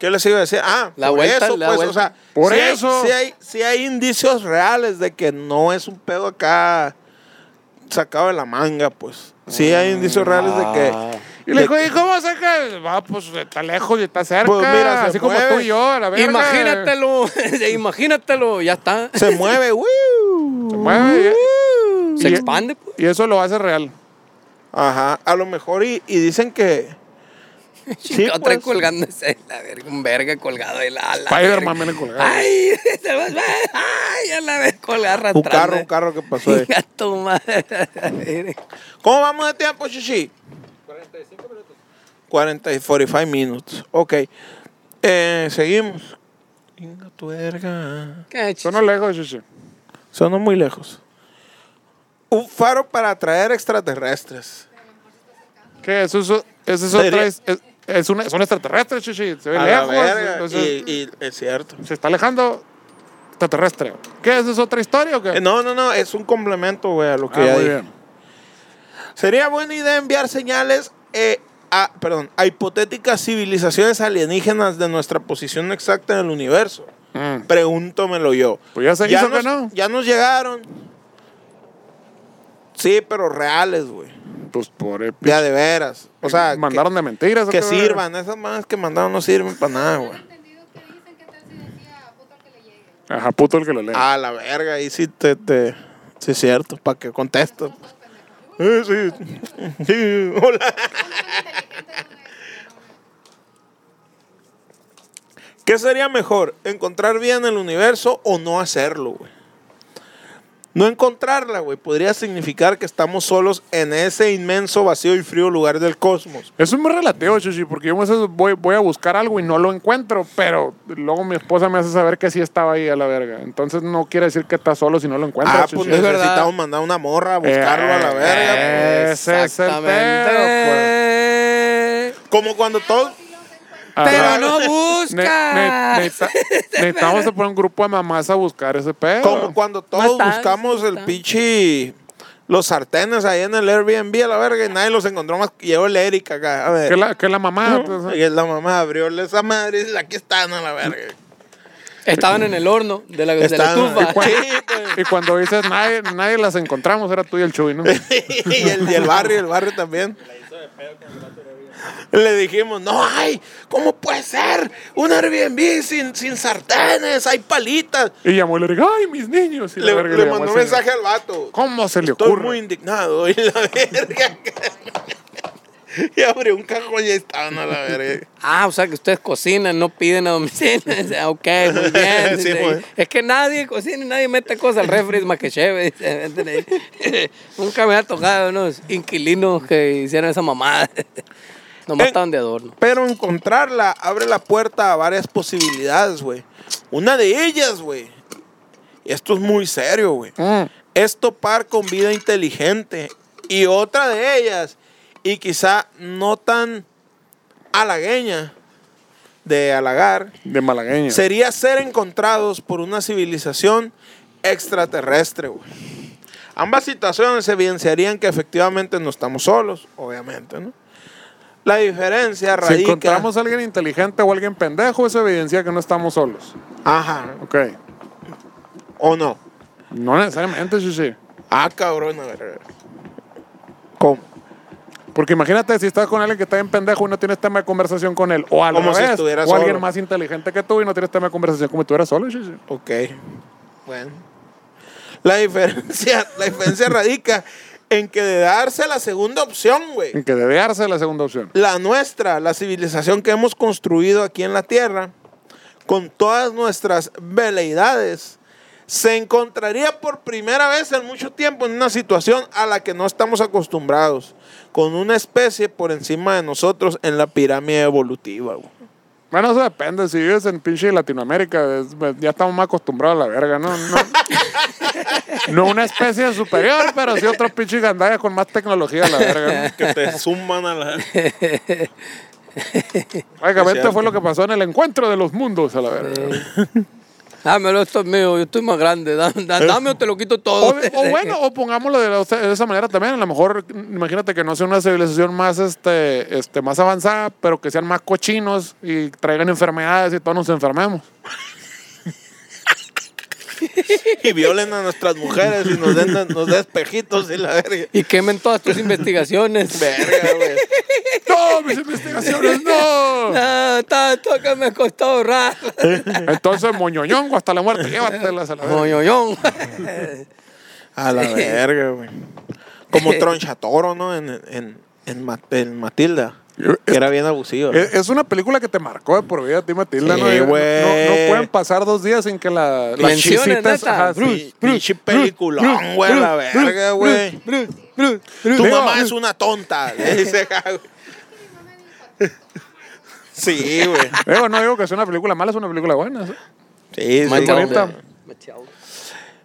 S3: ¿Qué les iba a decir? Ah,
S2: La
S3: por
S2: vuelta,
S3: eso,
S2: la
S3: pues,
S2: vuelta.
S3: o sea,
S1: Por
S3: sí hay-
S1: eso.
S3: sí hay, sí hay indicios reales de que no es un pedo acá sacado de la manga, pues. Sí
S2: Mm,
S3: hay indicios reales de
S2: ah.
S3: que...
S1: Y le
S3: de-
S1: dijo, ¿y cómo saca? Va, pues está lejos y está cerca.
S3: Pues mira, se
S1: así
S3: mueve.
S1: como tú y yo, a la verga.
S2: Imagínatelo, imagínatelo, ya está.
S3: se mueve, ¡wiu!
S1: Se mueve. y-
S2: Se
S1: y-
S2: expande, pues.
S1: Y eso lo hace real.
S3: Ajá, a lo mejor y, y dicen que... Sí,
S2: Otra
S3: pues.
S2: colgándose, la verga, un verga colgado de la ala.
S1: Spider-Man viene colgado.
S2: Ay, se va- ay, a la vez colgado
S3: Un
S2: arrastrando.
S3: carro, un carro que pasó ahí.
S2: Chinga tu madre. la verga.
S3: ¿Cómo vamos de tiempo, Shishi? 45 minutos. 40, 45 minutos. Ok. Eh, seguimos. Venga, tu verga.
S2: Qué ch-
S1: Sonó lejos, chiche.
S3: Sonó muy lejos. Un faro para atraer extraterrestres.
S1: ¿Qué? Eso, es- eso es
S3: Sería-
S1: otra... Es, es, es una, son extraterrestres, chiche. Se ve
S3: A la
S1: lejos.
S3: verga.
S1: entonces,
S3: Y, y es cierto.
S1: Se está alejando extraterrestre. ¿Qué? ¿Eso es otra historia o qué?
S3: Eh, No, no, no, es un complemento, güey, a lo que
S1: Ah,
S3: ya
S1: muy
S3: dije.
S1: bien.
S3: Sería buena idea enviar señales eh, a, perdón, a hipotéticas civilizaciones alienígenas de nuestra posición exacta en el universo.
S1: Mm.
S3: Pregúntomelo yo.
S1: Pues ya se hizo
S3: nos,
S1: que no.
S3: Ya nos llegaron. Sí, pero reales, güey.
S1: Pues por... el-
S3: Ya de veras. O sea, que-
S1: mandaron de mentiras. ¿o
S3: que,
S1: qué?
S3: sirvan. Esas más que mandaron no sirven para nada, güey.
S4: entendido que dicen que tal si decía puto al que le llegue.
S1: Ajá, puto el que lo lee.
S3: A la verga, ahí sí te. te sí, es cierto, para que contestas. Eh, sí. Sí, hola. ¿Qué sería mejor? ¿Encontrar vida en el universo o no hacerlo, güey? No encontrarla, güey, podría significar que estamos solos en ese inmenso vacío y frío lugar del cosmos.
S1: Eso es muy relativo, Chuchi, porque yo muchas veces voy, voy a buscar algo y no lo encuentro, pero luego mi esposa me hace saber que sí estaba ahí a la verga. Entonces no quiere decir que estás solo si no lo encuentras.
S3: Ah, pues
S1: Chuchi.
S2: es verdad. eh,
S3: necesitamos mandar una morra a buscarlo a la verga.
S1: Ese es el pedo,
S3: pues.
S2: Exactamente.
S3: Como cuando todos...
S1: pues.
S2: Pero
S1: Ajá.
S2: no
S1: Ne- ne-
S2: busca.
S1: necesita- necesitamos de poner un grupo de mamás a buscar ese pedo.
S3: Como cuando todos
S2: está,
S3: buscamos
S2: no
S3: el
S2: está.
S3: pinche... Los sartenes ahí en el Airbnb a la verga y nadie los encontró más. que Llegó el Eric acá, a ver.
S1: Que la, que la mamá. pues,
S3: Y la mamá abrió esa madre y dice, aquí están a la verga.
S2: Estaban en el horno de la, de la
S3: Están-
S2: tufa.
S3: Sí, pues.
S1: y cuando dices nadie, nadie las encontramos, era tú y el Chuy, ¿no?
S3: pues. y, el, y el barrio, el barrio también. Le dijimos, no hay, ¿cómo puede ser? Un Airbnb sin, sin sartenes, hay palitas.
S1: Y llamó y le dijo, ¡ay, mis niños! Y la
S3: Le,
S1: verga,
S3: le
S1: llamó
S3: mandó
S1: al
S3: un
S1: señor.
S3: mensaje al vato.
S1: ¿Cómo se le
S3: Estoy
S1: ocurre?
S3: muy indignado. Y la verga. y abrió un cajón y ahí estaban a la verga.
S2: Ah, o sea que ustedes cocinan, no piden a domicilio. O sea, ok, muy bien.
S3: Sí,
S2: dice.
S3: pues.
S2: Es que nadie cocina, nadie mete cosas al refri, es más que chévere. dice, ¿entiendes? Nunca me ha tocado unos inquilinos que hicieron esa mamada. Nomás
S3: Eh.
S2: estaban de adorno.
S3: Pero encontrarla abre la puerta a varias posibilidades, güey. Una de ellas, güey. Esto es muy serio, güey.
S1: Mm,
S3: Es topar con vida inteligente. Y otra de ellas, y quizá no tan halagueña de halagar,
S1: De malagueño.
S3: sería ser encontrados por una civilización extraterrestre, güey. Ambas situaciones evidenciarían que efectivamente no estamos solos, obviamente, ¿no? La diferencia
S1: Si
S3: radica...
S1: encontramos a alguien inteligente o alguien pendejo, eso evidencia que no estamos solos.
S3: Ajá,
S1: Ok.
S3: o no.
S1: No necesariamente, sí, sí.
S3: Ah, cabrón, a ver, a ver. ¿Cómo?
S1: Porque imagínate si estás con alguien que está bien pendejo y no tienes tema de conversación con él. O al
S3: Como si
S1: revés,
S3: estuviera
S1: o alguien
S3: solo.
S1: más inteligente que tú y no tienes tema de conversación como si tú eras solo. sí, sí.
S3: Ok. Bueno. La diferencia, la diferencia radica en que de darse la segunda opción, güey.
S1: En que debe darse la segunda opción.
S3: la nuestra, la civilización que hemos construido aquí en la Tierra, con todas nuestras veleidades, se encontraría por primera vez en mucho tiempo en una situación a la que no estamos acostumbrados, con una especie por encima de nosotros en la pirámide evolutiva. güey.
S1: Bueno, eso depende. Si vives en pinche Latinoamérica, es- pues, ya estamos más acostumbrados a la verga, ¿no? No, no una especie superior, pero sí otros pinche gandallas con más tecnología a la verga.
S3: Que te suman a la...
S1: Básicamente
S3: cierto.
S1: fue lo que pasó en el encuentro de los mundos a la verga.
S2: Dámelo, esto es mío, yo estoy más grande. da- da- Dame o te lo quito
S1: O,
S2: todo.
S1: o bueno, o pongámoslo de, la- de esa manera también. A lo mejor, imagínate que no sea una civilización más, este, este, más avanzada, pero que sean más cochinos y traigan enfermedades y todos nos enfermemos.
S3: Y violen a nuestras mujeres y nos den, nos den espejitos y la verga.
S2: Y quemen todas tus investigaciones.
S3: Verga, güey.
S1: ¡No, mis investigaciones, no!
S2: Ah, tanto que me costó ahorrar.
S1: Entonces, moñoñongo hasta la muerte, llévatelas a la verga.
S2: Moñoñón.
S3: A la verga, güey. Como tronchatoro, ¿no? En, en, en, Ma- en Matilda. Que era bien abusivo.
S1: Es es una película que te marcó de por vida a ti, Matilda.
S3: Sí,
S1: ¿no? Y- no,
S3: güey.
S1: no- no pueden pasar dos días sin que la, las
S2: Menciones,
S1: chisitas...
S2: neta.
S1: ajá, sí.
S3: Pi- Pinche peliculón, güey, a la verga, güey. Tu
S1: Digo,
S3: mamá es una tonta, le dice, güey. Sí, güey.
S1: Digo, no digo que sea una película mala, es una película buena. ¿sí?
S3: Sí, sí.
S2: Mancha
S1: bonita.
S2: hombre. Mancha hombre.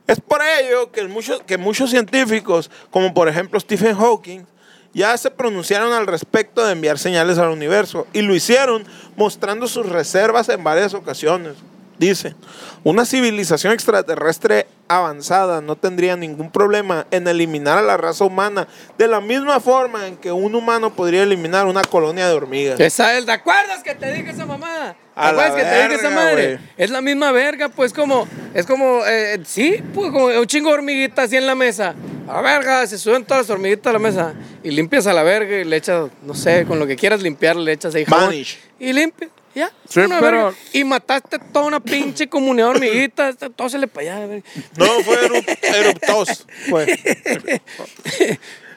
S3: Es por ello que muchos, que muchos científicos, como por ejemplo Stephen Hawking, ya se pronunciaron al respecto de enviar señales al universo y lo hicieron mostrando sus reservas en varias ocasiones. Dice, una civilización extraterrestre avanzada no tendría ningún problema en eliminar a la raza humana de la misma forma en que un humano podría eliminar una colonia de hormigas.
S2: Esa es, ¿te acuerdas que te dije esa mamá? ¿Te
S3: A la
S2: acuerdas que te dije
S3: verga,
S2: esa madre?
S3: güey.
S2: Es la misma verga, pues como, es como, eh, sí, pues como un chingo de hormiguitas así en la mesa. A verga, se suben todas las hormiguitas a la mesa y limpias a la verga y le echas, no sé, con lo que quieras limpiar, le echas ahí jabón.
S3: Vanish.
S2: Y limpias, ya.
S1: Sí,
S2: una
S1: pero-
S2: verga. Y mataste toda una pinche comunidad de hormiguitas, todo se le para allá. verga.
S3: No, fue eru- eruptos. pues. fue.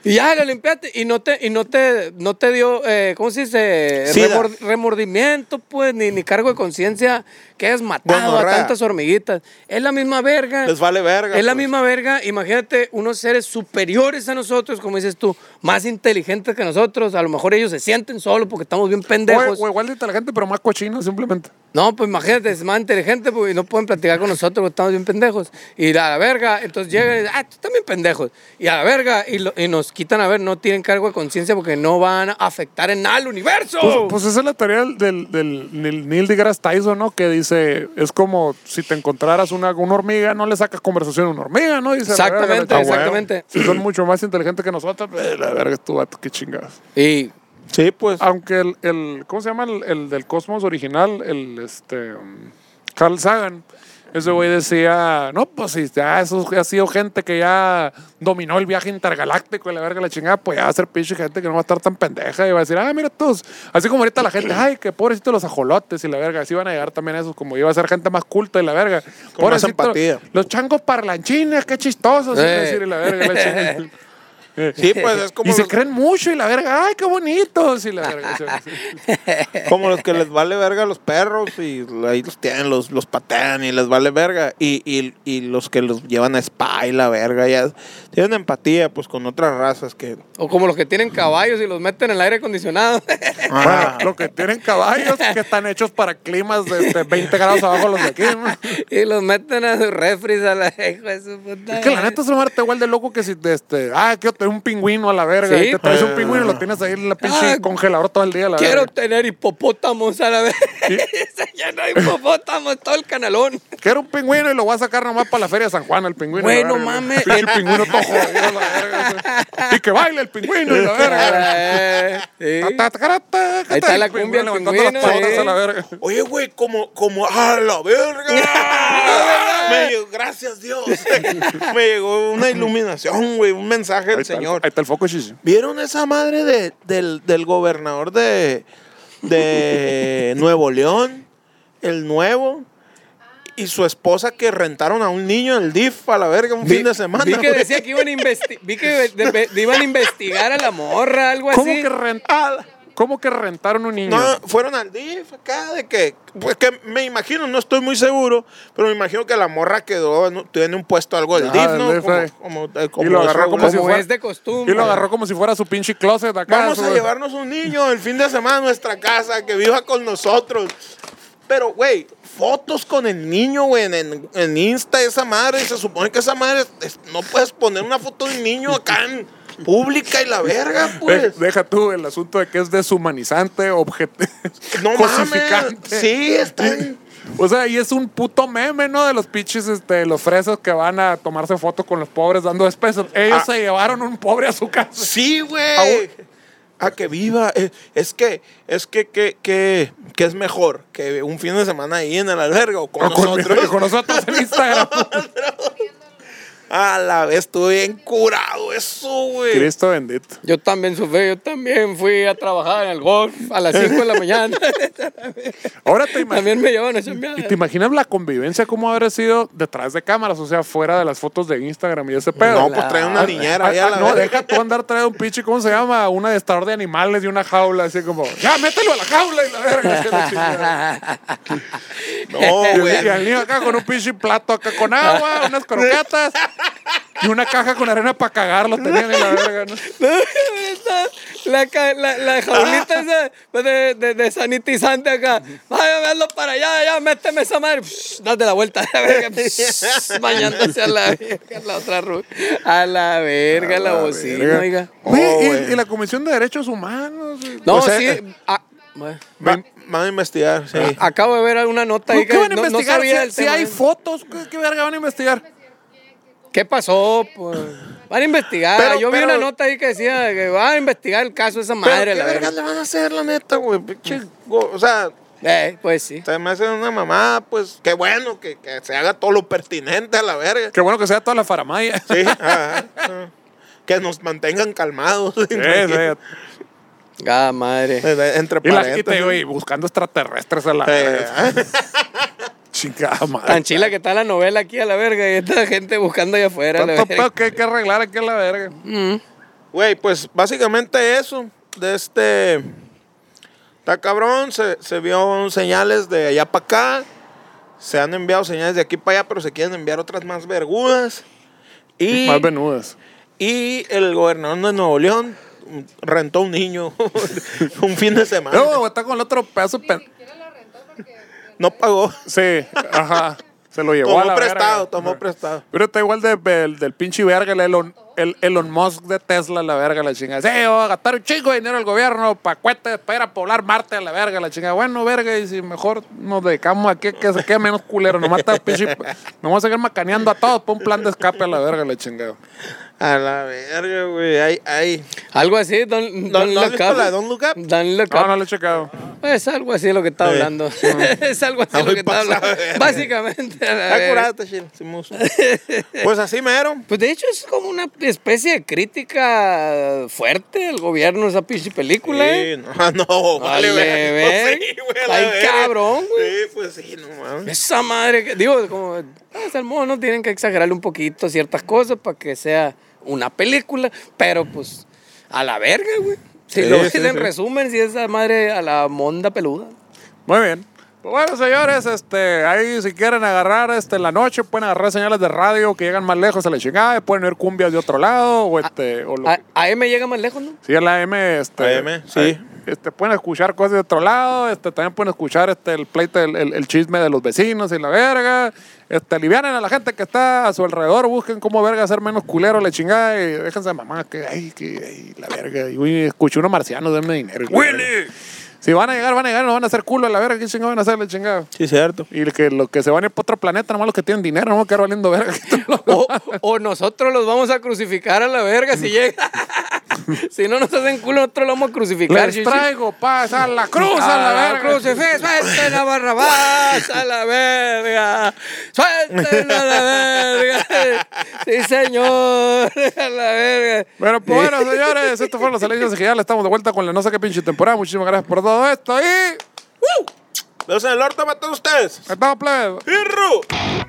S2: Y ya lo limpiaste y no te, y no te, no te dio, eh, ¿cómo se dice?
S3: Sida.
S2: Remor- remordimiento, pues, ni, ni cargo de conciencia que hayas matado
S3: Gonorrea.
S2: a tantas hormiguitas. Es la misma verga.
S3: Les vale verga,
S2: Es la
S3: pues.
S2: misma verga. Imagínate unos seres superiores a nosotros, como dices tú, más inteligentes que nosotros. A lo mejor ellos se sienten solos porque estamos bien
S1: O,
S2: pendejos.
S1: o igual de inteligente, pero más cochino, simplemente.
S2: No, pues imagínate, es más inteligente porque no pueden platicar con nosotros porque estamos bien pendejos. Y a la verga, entonces llegan y dicen, ah, tú también pendejos. Y a la verga, y, lo- y nos quitan a ver, no tienen cargo de conciencia porque no van a afectar en nada al universo.
S1: Pues, pues esa es la teoría del, del- del Neil- Neil deGrasse Tyson, ¿no? Que dice, es como si te encontraras una, una hormiga, no le sacas conversación a una hormiga, ¿no? Dice, la verga,
S2: Exactamente,
S1: neta, huevo.
S2: exactamente.
S1: Si son mucho más inteligentes que nosotros, eh, la verga, tú, vato, qué chingadas.
S2: Y
S3: Sí, pues.
S1: Aunque el, el- ¿cómo se llama? El, el del Cosmos original, el, este, um, Carl Sagan, ese güey decía, no, pues si ya eso ha sido gente que ya dominó el viaje intergaláctico y la verga la chingada, pues ya va a ser pinche gente que no va a estar tan pendeja y va a decir, ah, mira todos, así como ahorita la gente, ay, que pobrecito los ajolotes y la verga, así van a llegar también esos, como iba a ser gente más culta y la verga.
S3: Con más
S1: Pobrecito,
S3: empatía.
S1: Los changos parlanchines, qué chistosos, iba a
S2: Eh.
S1: decir, y la verga, la chingada.
S3: Sí, pues es como,
S1: Y se
S3: los-
S1: creen mucho y la verga, ay, qué bonitos. Y la verga. sí, sí.
S3: como los que les vale verga a los perros y ahí los tienen, los, los patean y les vale verga. Y, y, y los que los llevan a spa y la verga, ya tienen empatía pues con otras razas que...
S2: O como los que tienen caballos y los meten en el aire acondicionado.
S3: Ah,
S1: Bueno, lo que tienen caballos que están hechos para climas de este, 20 grados abajo los de aquí. ¿no?
S2: y los meten a sus refris a la hijo de su puta.
S1: Es que la neta es muerte igual de loco que si de este, ah, quiero tener un pingüino a la verga.
S2: Sí,
S1: y te traes
S3: pues.
S1: un pingüino y lo tienes ahí en la pinche
S2: Ah,
S1: congelador todo el día. La
S2: Quiero
S1: verga.
S2: tener hipopótamos a la vez. ya no hay hipopótamos, todo el canalón.
S1: Quiero un pingüino y lo voy a sacar nomás para la feria de San Juan, el pingüino.
S2: Güey,
S1: la
S2: no
S1: verga.
S2: mames.
S1: Pinche pingüino todo jodido, la verga. Y que baile el pingüino y la verga.
S2: eh.
S1: Ta, ta, ta, ta, ta,
S2: Ahí está
S1: el
S2: la cumbia del
S1: levantando las
S2: pingüino,
S1: patas
S2: eh.
S1: a la verga.
S3: Oye, güey, como, como, ¡ah, la verga! Me llegó, gracias Dios. Me llegó una iluminación, güey, un
S1: Ahí
S3: mensaje del
S1: está el-
S3: Señor.
S1: Ahí está el foco, chichi.
S3: ¿Vieron esa madre de- del, del gobernador de, de Nuevo León? El nuevo. Y su esposa que rentaron a un niño en el DIF a la verga un fin de semana.
S2: Vi que
S3: güey.
S2: decía que iban a, investi- vi que de- de- de- iban a investigar a la morra, algo
S1: ¿Cómo
S2: así.
S1: que, rent- ¿Cómo que rentaron un niño?
S3: No, fueron al DIF acá de que, pues que me imagino, no estoy muy seguro, pero me imagino que la morra quedó, en- tiene un puesto algo del
S1: Ah,
S3: DIF,
S1: del
S3: ¿no?
S1: DIF, eh.
S3: Como, como, eh, como
S1: Y lo
S3: es
S1: agarró como
S3: regular.
S1: si
S2: Como
S1: fuera-
S2: es de
S1: Y
S2: costumbre.
S1: lo agarró como si fuera su pinche closet acá.
S3: Vamos a
S1: su-
S3: llevarnos un niño el fin de semana a nuestra casa, que viva con nosotros. Pero, güey, fotos con el niño, güey, en, en, en Insta, esa madre. Se supone que esa madre, es- no puedes poner una foto de un niño acá en pública y la verga,
S1: De-
S3: pues.
S1: deja tú el asunto de que es deshumanizante, objeto.
S3: No mames.
S1: cosificante.
S3: Sí, están...
S1: O sea, y es un puto meme, ¿no? De los pinches, este, los fresas que van a tomarse fotos con los pobres dando espesos. Ellos
S3: Ah.
S1: se llevaron un pobre a su casa.
S3: Sí,
S1: A un-
S3: güey. A que viva. Eh, Es que, es que, que, que, que es mejor que un fin de semana ahí en el albergue o con
S1: O con,
S3: nosotros.
S1: con nosotros en Instagram.
S3: A la vez estuve bien curado eso, güey.
S1: Cristo bendito.
S2: Yo también sufrí, yo también fui a trabajar en el golf a las 5 de la mañana.
S1: Ahora te imaginas.
S2: también me llevan a chambear.
S1: ¿Y te imaginas la convivencia cómo habrá sido detrás de cámaras? O sea, fuera de las fotos de Instagram y ese pedo.
S3: No, pues trae una
S1: Ah,
S3: niñera
S1: ah,
S3: ahí a la
S1: No,
S3: verga.
S1: deja tú andar traer un pinche, ¿cómo se llama? Un adestrador de animales y una jaula, así como, ya, mételo a la jaula y la verga. así la chingada.
S3: No,
S1: Y el- y
S3: Ah, güey.
S1: el niño acá con un pinche plato acá con agua, unas croquetas y una caja con arena para cagar, lo tenían en la verga, ¿no?
S2: No, esa- la, ca- la, la jaulita esa pues, de, de- de sanitizante acá. Vaya, verlo para allá, ya, méteme esa madre. Psh, date la vuelta. A la verga, psh, bañándose a la verga, la otra ru- A la verga, la, bocina,
S1: Verga.
S2: oiga.
S1: Güey,
S3: Oh,
S1: y-
S3: güey.
S1: y, la Comisión de Derechos Humanos. güey.
S2: No,
S3: O sea,
S2: sí.
S3: eh,
S2: ah, bueno.
S3: Va- Van a investigar, sí.
S1: Ah,
S2: A- Acabo de ver una nota ahí
S1: ¿Qué
S2: que
S1: van a
S2: no, no
S1: investigar?
S2: sabía
S1: Si-
S2: el
S1: si
S2: tema.
S1: hay fotos, ¿qué- ¿qué verga van a investigar?
S2: ¿Qué pasó? pues? Van a investigar.
S3: Pero-
S2: Yo vi
S3: pero-
S2: una nota ahí que decía que van a investigar el caso de esa
S3: Pero,
S2: madre.
S3: ¿qué
S2: La
S3: verga le
S2: verga.
S3: van a hacer, la neta, güey? Pinche go- O sea,
S2: Eh, pues sí.
S3: se me hace una mamada, pues, qué bueno que, que se haga todo lo pertinente a la verga.
S1: Qué bueno que sea toda la faramaya.
S3: Sí, ajá, ajá. Que nos mantengan calmados.
S1: Sí, sí.
S2: Ah, madre.
S3: Entre
S1: Y, la, y te
S3: paréntesis.
S1: digo, y buscando extraterrestres a la
S3: Eh,
S1: verga. chingada
S2: Tan
S1: madre.
S2: chila que está la novela aquí a la verga y esta gente buscando allá afuera. a la
S1: Tanto
S2: verga.
S1: pedo que hay que arreglar aquí a la verga.
S3: Güey, pues básicamente eso. De este. Está cabrón, se, se vio señales de allá para acá. Se han enviado señales de aquí para allá, pero se quieren enviar otras más vergudas. Y,
S1: Más venudas.
S3: y el gobernador de Nuevo León mm, rentó un niño un fin de semana.
S1: Luego está con el otro pedazo. pen-
S4: siquiera lo rentó porque
S3: No pagó.
S1: Sí, ajá. Se lo llevó a
S3: Tomó
S1: la
S3: prestado,
S1: verga.
S3: tomó prestado.
S1: Pero está igual de- del, del pinche verga, el Elon, el Elon Musk de Tesla, la verga, la chingada. Sí, voy a gastar un chingo de dinero al gobierno para cuetes, para ir a poblar Marte, la verga, la chingada. Bueno, verga, y si mejor nos dedicamos a que, que se quede menos culero. Nomás está pinche. Nos vamos a seguir macaneando a todos por un plan de escape a la verga, la chingada.
S3: A la verga, güey. Ay, ay.
S2: Algo así, Don,
S3: ¿No-
S2: don
S3: no has
S2: Look
S3: visto
S2: Up.
S3: la de Don't Look Up? Ah,
S2: Don Look
S1: No,
S2: Up.
S1: no lo he checado.
S2: Es algo así lo que está
S3: Sí.
S2: hablando. es algo así
S3: Ah,
S2: lo
S3: muy
S2: que está
S3: pasado,
S2: hablando.
S3: verga.
S2: Básicamente. a la
S3: Está
S2: verga.
S3: curado este chile, sí, mucho. Pues así mero.
S2: Pues de hecho es como una especie de crítica fuerte al gobierno esa pinche película. ¿eh?
S3: Sí, no, no, vale,
S2: Vale,
S3: verga.
S2: ver.
S3: Pues sí, güey, a
S2: Está
S3: la
S2: bien
S3: verga.
S2: cabrón, güey.
S3: Sí, pues sí, no mames.
S2: Esa madre que. Digo, como. ah, Es el mono, tienen que exagerarle un poquito ciertas cosas para que sea una película, pero pues a la verga, güey. Si
S3: Sí,
S2: lo
S3: sí,
S2: ves en
S3: sí.
S2: resumen, si esa madre a la monda peluda.
S1: Muy bien. Pues bueno, señores, este, ahí si quieren agarrar este, en la noche, pueden agarrar señales de radio que llegan más lejos a la chingada, y pueden oír cumbias de otro lado, o este, o lo
S2: A, a M llega más lejos, ¿no?
S1: Sí, es la M, este.
S3: AM, sí.
S1: eh, Este, pueden escuchar cosas de otro lado, este, también pueden escuchar este, el pleito, el, el- el chisme de los vecinos y la verga. Este, alivianen a la gente que está a su alrededor, busquen cómo verga hacer menos culero la chingada y déjense de mamá que, ay, que, ay, la verga. Y uy, escuché unos marcianos, denme dinero. ¡Huele! Si van a llegar, van a llegar, no van a hacer culo a la verga, ¿qué chingada van a hacer la chingada?
S3: Sí, cierto.
S1: Y que los que se van a ir para otro planeta, nomás los que tienen dinero, no van a quedar valiendo verga.
S2: O, o nosotros los vamos a crucificar a la verga si llega. si no nos hacen culo, nosotros los vamos a crucificar.
S1: Les
S2: chichi.
S1: traigo paz a la cruz, a Ah, la verga.
S2: Crucifix, Ah, suelten a Barrabás a la verga. Suelten a la verga. Sí, señor, a la verga.
S1: Bueno, pues bueno, señores, esto fueron las alegrías de Genial. Estamos de vuelta con la no sé qué pinche temporada. Muchísimas gracias por todo esto y.
S3: Los en el orto para todos ustedes.
S1: ¡Estamos plebes!
S3: ¡Pirru!